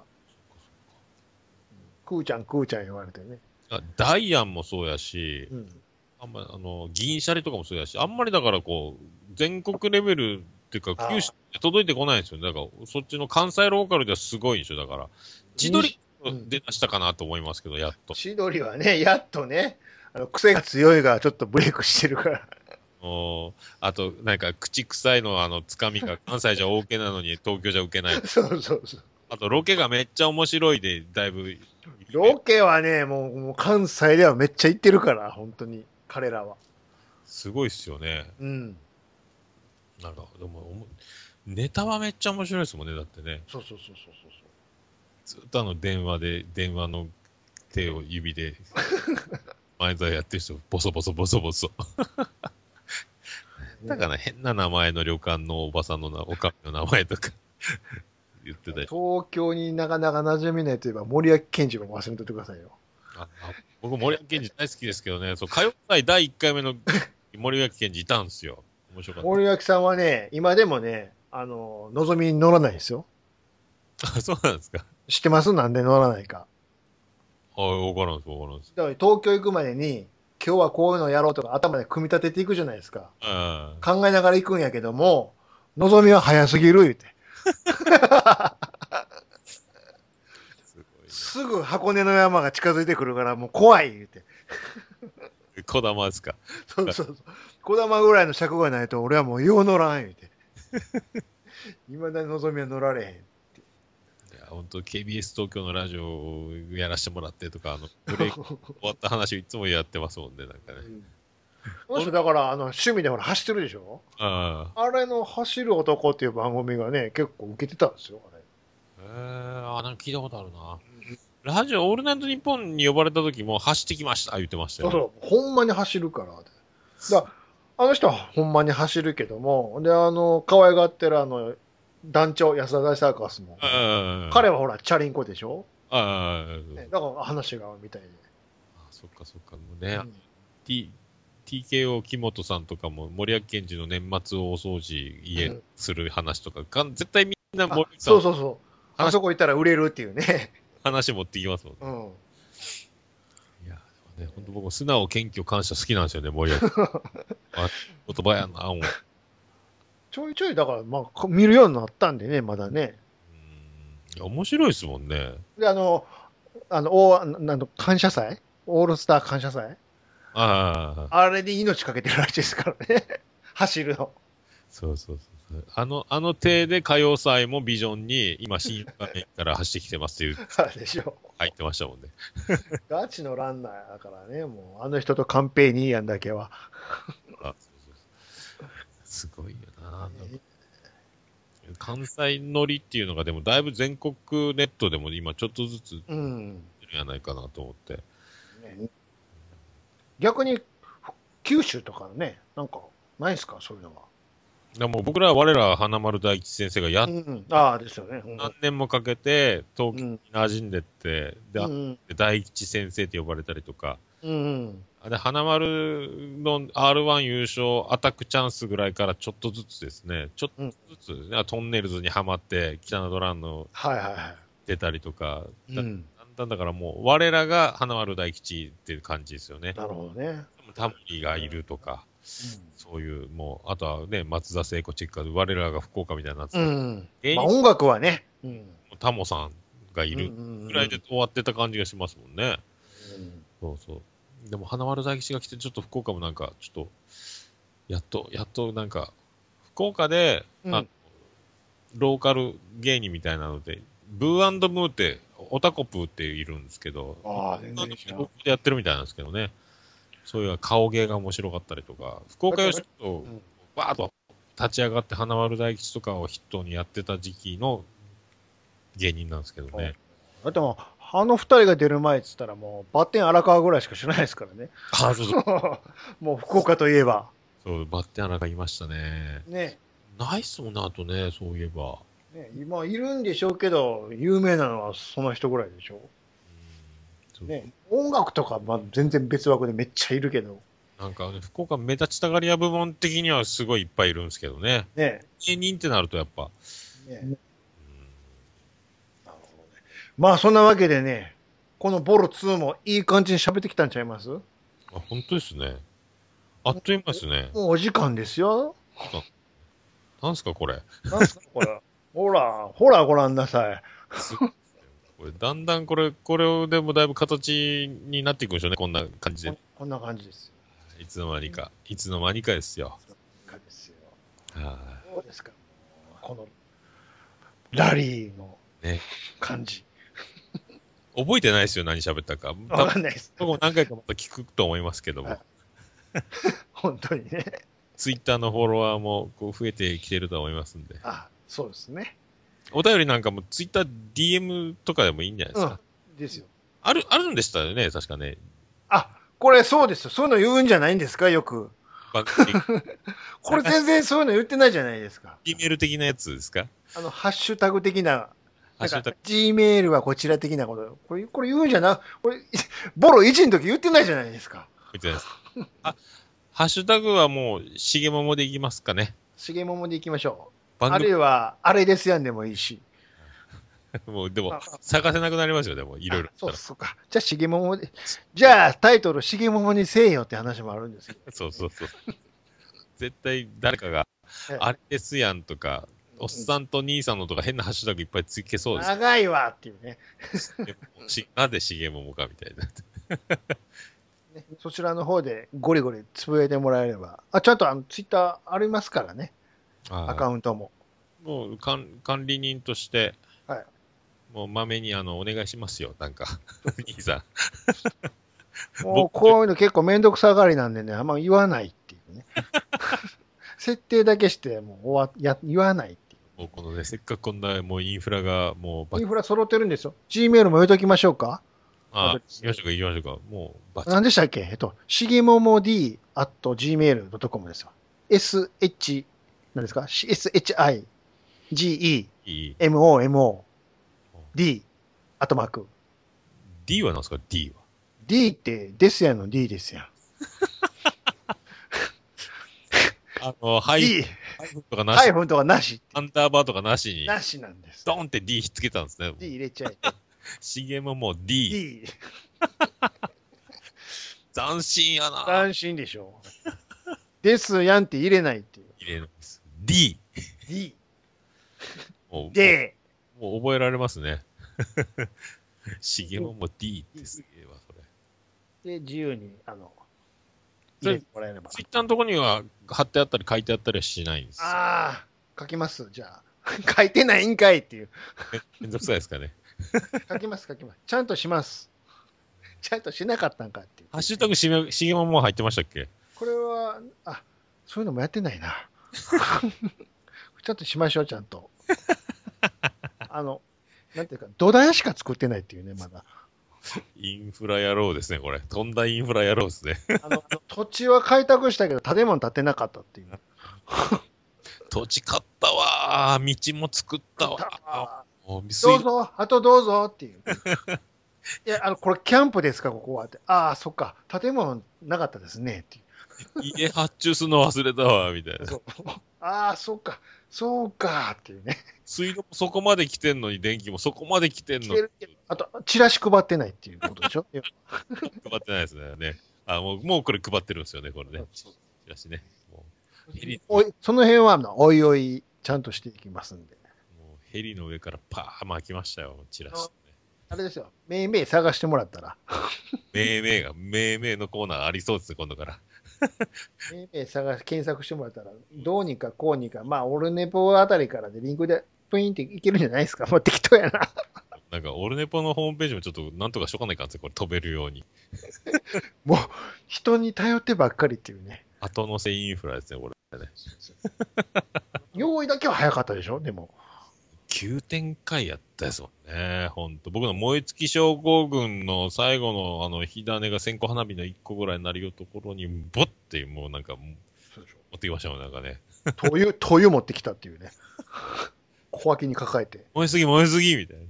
S2: クーちゃん、クーちゃん言われてね。
S1: あダイアンもそうやし、
S2: うん。
S1: あんまあの、銀シャリとかもそうやし、あんまりだからこう、全国レベルっていう
S2: あ
S1: か、
S2: ー
S1: 九州に届いてこないんですよね。だから、そっちの関西ローカルではすごいんですよ。だから、千鳥、
S2: うん
S1: 出だしたかなと思いますけど、やっと。
S2: 千鳥はね、やっとね、あの癖が強いがちょっとブレイクしてるから。
S1: おーあと、なんか、口臭いのあの、つかみが関西じゃ OK なのに東京じゃ受けない。
S2: そうそうそう。
S1: あと、ロケがめっちゃ面白いで、だいぶ。
S2: ロケはね、もうもう関西ではめっちゃ行ってるから、本当に、彼らは。
S1: すごいっすよね。
S2: うん。
S1: なんか、でも、おもネタはめっちゃ面白いですもんね、だってね。
S2: そうそうそうそうそ
S1: ずっとあの、電話で、電話の手を指 で、漫才やってる人、ボソボソボソボソ。
S2: う。
S1: だから変な名前の旅館のおばさんのな、おかみの名前とか 言ってたり。
S2: 東京になかなか馴染みないといえば、森脇健児郎も忘れといてくださいよ。
S1: ああ僕、森脇健児大好きですけどね、そう、火曜祭第1回目 の森脇健児いたんですよ。面白かっ
S2: 森脇さんはね、今でもね、あの、望みに乗らないですよ。
S1: た。あそうなんですか。
S2: 知ってますなんで乗らないか。
S1: はい、わからんです、わからんです。
S2: だから東京行くまでに、今日はこういうのやろうとか頭で組み立てていくじゃないですか。
S1: あ
S2: 考えながら行くんやけども、望みは早すぎる言うて。
S1: あ、す
S2: すぐ箱根の山が近づいてくるからもう怖い言うて。
S1: ごい。こだまですか。
S2: そうそうそう。小玉ぐらいの尺がないと俺はもうよう乗らん言うて。いまだに望みは乗られへん。
S1: いや、本当 KBS 東京のラジオをやらせてもらってとか、あの、ブ レイク終わった話をいつもやってますもんね、なんかね。
S2: もしだから、あの、趣味でほら走ってるでしょ
S1: あ
S2: あれの走る男っていう番組がね、結構受けてたんですよ、あれ。
S1: あ。えー、あ、なんか聞いたことあるな。ラジオ、オールナイトニッポンに呼ばれた時も、走ってきました、言ってました
S2: そう
S1: よ。
S2: そう、ほんまに走るから。だからあの人はほんまに走るけども、で、あの、可愛がってるあの、団長、安田大サーカスも。
S1: ああ。
S2: 彼はほら、チャリンコでしょ、
S1: ああ。
S2: ね、だから話が合うみたいで。
S1: あそっかそっか、もうね、
S2: うん
S1: T、TKO 木本さんとかも森脇健児の年末大掃除
S2: う
S1: 家
S2: ん
S1: する話とか、かん絶対みんな
S2: あ
S1: 森脇さん
S2: そう
S1: の
S2: そうそう。あそこ行ったら売れるっていうね。
S1: 話持ってきますもんね。
S2: うん。
S1: いや、でもね、本当僕も素直謙虚感謝好きなんですよね、森脇。あ言葉やな、もう。う
S2: ちょいちょい、だから、まあこ、見るようになったんでね、まだね。
S1: ーんいや面白いですもんね。
S2: で、あの、あの、おななんの感謝祭オールスター感謝祭
S1: ああ、
S2: あれに命かけてるらしいですからね。 走るの。
S1: そうそうそうそう。あの、あの手で歌謡祭もビジョンに、今、新画面から走ってきてますっていう、
S2: あれでしょ。
S1: 入ってましたもんね。
S2: ガチのランナーだからね、もう、あの人とカンペーニーやんだけは。
S1: あそうそうそうすごいよな。関西乗りっていうのがでもだいぶ全国ネットでも今ちょっとずつ出
S2: うん。
S1: てるんじゃないかなと思って。
S2: ね逆に、九州とかね、なんか、ないですか、そういうのは。
S1: でも僕らは我ら花丸大吉先生がやっ
S2: うん。ああ、ですよね。
S1: 何年もかけて東
S2: う
S1: 京に
S2: ん。
S1: 馴染んでって、で、
S2: う
S1: あ
S2: ん。
S1: 大吉先生って呼ばれたりとか、
S2: うん。
S1: あで、花丸の R1 優勝アタックチャンスぐらいからちょっとずつですね、ちょっとずつ、あトンネルズにはまって、北のドランの
S2: はいはいは
S1: 出たりとか、
S2: い。うん。
S1: だんだんだからもう、我らが花丸大吉っていう感じですよね。
S2: なるほどね。
S1: タモリがいるとか、そういう、もう、あとはね、松田聖子チェッカーズ、我らが福岡みたいなやつ、
S2: うん。うん
S1: 芸
S2: まあ、
S1: 人
S2: 音楽はね。うん。
S1: のタモさんがいる
S2: ぐ
S1: ぐらいで終わってた感じがしますもんね。そうそう。でも、花丸大吉が来て、ちょっと福岡もなんか、ちょっと、やっと、やっとなんか、福岡で、
S2: うん
S1: あローカル芸人みたいなので、ブームーって、オタコプーっているんですけど、
S2: ああ、全然違う
S1: 東。京でやってるみたいなんですけどね。そういう顔芸が面白かったりとか、福岡よしと
S2: うん、
S1: バーッと立ち上がって花丸大吉とかを筆頭にやってた時期の芸人なんですけどね。
S2: だってもう、あの二人が出る前っつったらもう、バッテン荒川ぐらいしか知らないですからね。
S1: あ、そうそう。
S2: もう、福岡といえば。
S1: そう、バッテンアナがいましたね。
S2: ね。
S1: ないっすもんね、あとね、そういえば。
S2: ね今いるんでしょうけど、有名なのはその人ぐらいでしょ。
S1: そう
S2: ね。音楽とか、まあ、全然別枠でめっちゃいるけど。
S1: なんか、ね、福岡目立ちたがり屋部門的にはすごいいっぱいいるんですけどね。
S2: ね。
S1: 芸人ってなるとやっぱ。
S2: ね
S1: うん
S2: なるほどねまあ、そんなわけでね、このボロ2もいい感じに喋ってきたんちゃいますも
S1: あ、本当ですね。あっという間ですね。
S2: うお時間ですよ。
S1: なんすか、これ。
S2: なんすか、これ。ほら、ほら、ご覧なさい。
S1: これだんだんこれ、これでもだいぶ形になっていくんでしょうね、こんな感じで
S2: こ。こんな感じですよ。
S1: いつの間にか。いつの間にかですよ。
S2: かですよ
S1: は
S2: どうですかこのラリーの
S1: いね。
S2: 感じ。
S1: 覚えてないですよ、何喋ったか。多
S2: わ
S1: 分
S2: かんないです。
S1: 僕も何回かまた聞くと思いますけども
S2: はい。本当にね。
S1: ツイッターのフォロワーもこう増えてきてると思いますんで。
S2: あ、そうですね。
S1: お便りなんかもツイッター DM とかでもいいんじゃないで
S2: う
S1: すか。
S2: ん。ですよ。
S1: ある、あるんでしたよね、確かね。
S2: あ、これそうですよ。そういうの言うんじゃないんですかよく。
S1: バッ
S2: これ全然そういうの言ってないじゃないですか。
S1: キメール的なやつですか
S2: あの、ハッシュタグ的な。
S1: ハッ
S2: なん
S1: シュタ
S2: か
S1: グ、
S2: Gmail はこちら的なこと。これ、これ言うんじゃな、これ、 ボロ1の時言ってないじゃないですか。
S1: みたいなやつ。あ、ハッシュタグはもう、しげももでいきますかね。
S2: しげももでいきましょう。
S1: 番
S2: ある
S1: 組
S2: いは、あれですやんでもいいし。
S1: もう、でも
S2: あ、
S1: 探せなくなりますよ、でも、いろいろ
S2: あ。そうそうか。じゃあ、しげももで、じゃあ、タイトル、しげももにせえよって話もあるんですけど。
S1: そうそうそう。絶対誰かが
S2: ええ、
S1: あれですやんとか、おっさんと兄さんのとか変なハッシュタグいっぱいつけそうです
S2: 長いわっていうね
S1: ね。しなんでしげももかみたいな。
S2: ねそちらの方でゴリゴリつぶやいてもらえれば。あ、ちゃんとあの、ツイッターありますからね。アカウントも。
S1: もう管管理人として、
S2: はい
S1: もうまめにあのお願いしますよ、なんか、兄さん。
S2: もうこういうの結構めんどくさがりなんでね、あんま言わないっ ていうね。設定だけして、もう終わや言わないってい
S1: もうこのね、せっかくこんなもうインフラがもうバ
S2: う。イン
S1: ッ
S2: フラ揃ってるんですよ。Gmail も言うときましょうか。
S1: あ、
S2: そう
S1: 行
S2: です
S1: きましょうか、行きましょうか。もうバッチ
S2: 何でしたっけえっと、しげもも d at gmail.com ですよ。sh、何ですか ?shi, ge,
S1: リ。
S2: mo, mo, d, あとマーク。
S1: D は何ですか ?D は。
S2: d って、ですやんの d ですやん。
S1: あの、ハイ
S2: d、
S1: ハイフンとかな
S2: ハイ
S1: し、
S2: フンとかなし。
S1: アンダーバーとかなしに、
S2: なしなんです。
S1: ドンって D ひっつけたんですね。
S2: d 入れちゃえて。
S1: CM ももう D。
S2: d、
S1: 斬新やな。
S2: 斬新でしょ。ですやんって入れないっていう。
S1: 入れるんです。D。
S2: d、
S1: もう、
S2: で、
S1: もうもう覚えられますね。CM ももう D ってすげえわ、それ。
S2: で、自由に、あの、入れてもらえれば。
S1: ツイッターのとこには貼ってあったり書いてあったりはしないんです。
S2: ああ、書きます、じゃあ。書いてないんかいっていう。
S1: めんどくさいですかね。
S2: 書きます、書きます。ちゃんとします。ちゃんとしなかったんかっていう。
S1: ハッシュタグしげ、しげもも入ってましたっけ
S2: これは、あ、そういうのもやってないな。 ちゃんとしましょう、ちゃんと。あの、なんていうか、土台しか作ってないっていうね、まだ。
S1: インフラ野郎ですね、これ。とんだインフラ野郎ですね。
S2: あの、土地は開拓したけど、建物建てなかったっていう。
S1: 土地買ったわー。道も作ったわー。
S2: あ
S1: もう水
S2: どうぞ、あとどうぞっていう。いや、あの、これキャンプですか、ここはって。ああ、そっか、建物なかったですね、っていう。
S1: 家発注するの忘れたわー、みたいな。
S2: そうああ、そうか、そうか、っていうね。
S1: 水道もそこまで来てんのに、電気もそこまで来てんの
S2: 来てるけどあと、チラシ配ってないっていうことでし ょいや
S1: 配ってないですね。ねあもう、もうこれ配ってるんですよね、これね。チラシね。もうヘリ
S2: おいその辺は、まあおいおい、ちゃんとしていきますんで。
S1: もうヘリの上からパー巻きましたよ、チラシ、ね。
S2: あれですよ、めいめい探してもらったら、
S1: 命名が、命名のコーナーありそうですね、今度から。
S2: めいめい探し、検索してもらったら、どうにかこうにか、まあ、オルネポあたりからでリンクで、プインっていけるんじゃないですか。もう適当やな。
S1: なんか、オルネポのホームページもちょっと、なんとかしとかないかんですよ、これ飛べるように。
S2: もう、人に頼ってばっかりっていうね。
S1: 後乗せインフラですね、これ。
S2: 用意だけは早かったでしょでも。
S1: 急展開やったですもんね、ほんと。僕の燃え尽き症候群の最後の、あの、火種が線香花火の1個ぐらいになるよところに、ボッて、もうなんか、持ってきましたもん、なんかね。
S2: 灯油、灯油持ってきたっていうね。小脇に抱えて、
S1: 燃えすぎ、燃えすぎみたいな。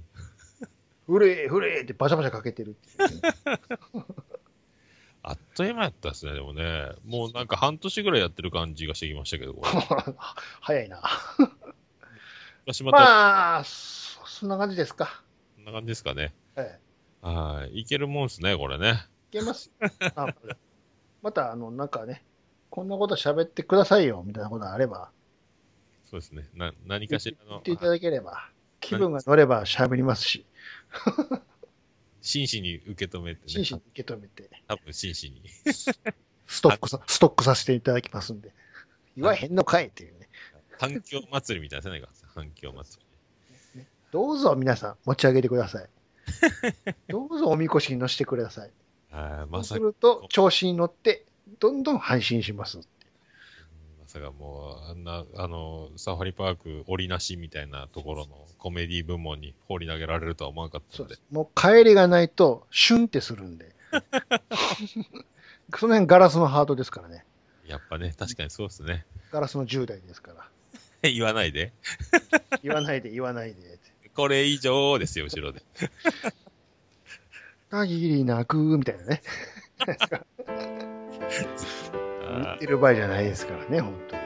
S2: ふれーふれーってバシャバシャかけてるっていうね
S1: あっという間やったですね、でもね。もうなんか半年ぐらいやってる感じがしてきましたけど、これ
S2: 早いな。
S1: 私また、
S2: まあ、そそんな感じですか。
S1: こんな感じですかね。
S2: ええ
S1: はい。いけるもんですね、これね。
S2: いけますよ あまた、あの、なんかね、こんなこと喋ってくださいよ、みたいなことがあれば、
S1: そうですね。な、何
S2: 言
S1: か
S2: っ
S1: し
S2: て
S1: らの。
S2: いただければ。気分が乗れば喋りますし、
S1: 真摯に受け止めて
S2: 真
S1: ね
S2: 摯。に受け止めて、
S1: 多分真摯に。
S2: ストックさ、ストックさせていただきますんで。言わへんのかいっていうね。
S1: 反響祭りみたいなせないか。反響祭り。
S2: どうぞ皆さん持ち上げてく ださい。どうぞおみこしに乗せてください。
S1: ああ、
S2: そ
S1: ま
S2: うす
S1: さか、
S2: ると調子に乗って、どんどん配信します。
S1: まさかもう、あんな、あの、サファリパーク、折りなしみたいなところのコメディ部門に放り投げられるとは思わなかった
S2: そ
S1: ん
S2: う
S1: で
S2: で。す。もう帰りがないと、シュンってするんで。その辺ガラスのハートですからね。
S1: やっぱね、確かにそうですね。
S2: ガラスの10代ですから。
S1: 言わないで。
S2: 言わないで言わないで。
S1: これ以上ですよ、後ろで。
S2: 限りなく、みたいなね。言
S1: あ
S2: ってる場合じゃないですからね、本当に。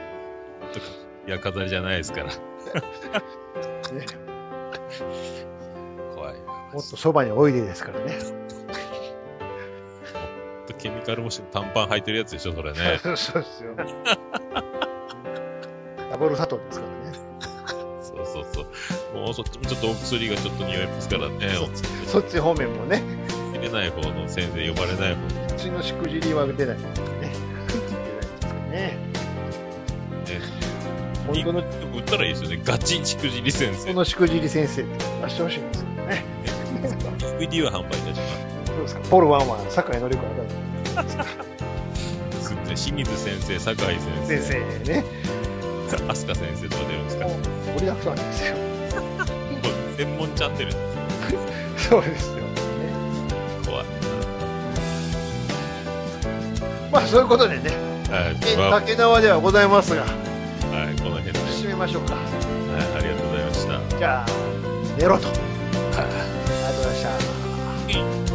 S1: あ、とか、いや、飾りじゃないですから。
S2: ね
S1: 怖い。
S2: もっとそばにおいでですからね。。
S1: とケミカルもし短パン履いてるやつでしょ、それね
S2: そうですよ。ダブル砂糖ですからね。
S1: そうそうそう。もうそっちもちょっとお薬がちょっと匂いますからね。
S2: そ
S1: お
S2: う
S1: 薬
S2: そっち方面もね、
S1: 入れない方の先生呼ばれない方のね。
S2: うちのしくじりは出ないですからね。出ないですかね。本当の、
S1: でも売ったらいいですよね。ガチしくじり先生
S2: そ。のしくじり先生って出してほしいんですけどね。
S1: DVD は販売いたしま
S2: どうですかポールワンは酒井紀子あたり
S1: す。すっごい清水先生、酒井先
S2: 先生ね、
S1: 生、飛鳥先生とか出るんですか
S2: もう盛りだくさんです よ。
S1: 専門チャンネル
S2: そうですよ。ね
S1: 怖い。
S2: まあそういうことで
S1: はい、
S2: ね、え
S1: は
S2: 竹縄ではございますが、
S1: はい、この辺で、は
S2: 締めましょうか。
S1: い、ありがとうございました。
S2: じゃあ、寝ろと。ありがとうございました。
S1: はい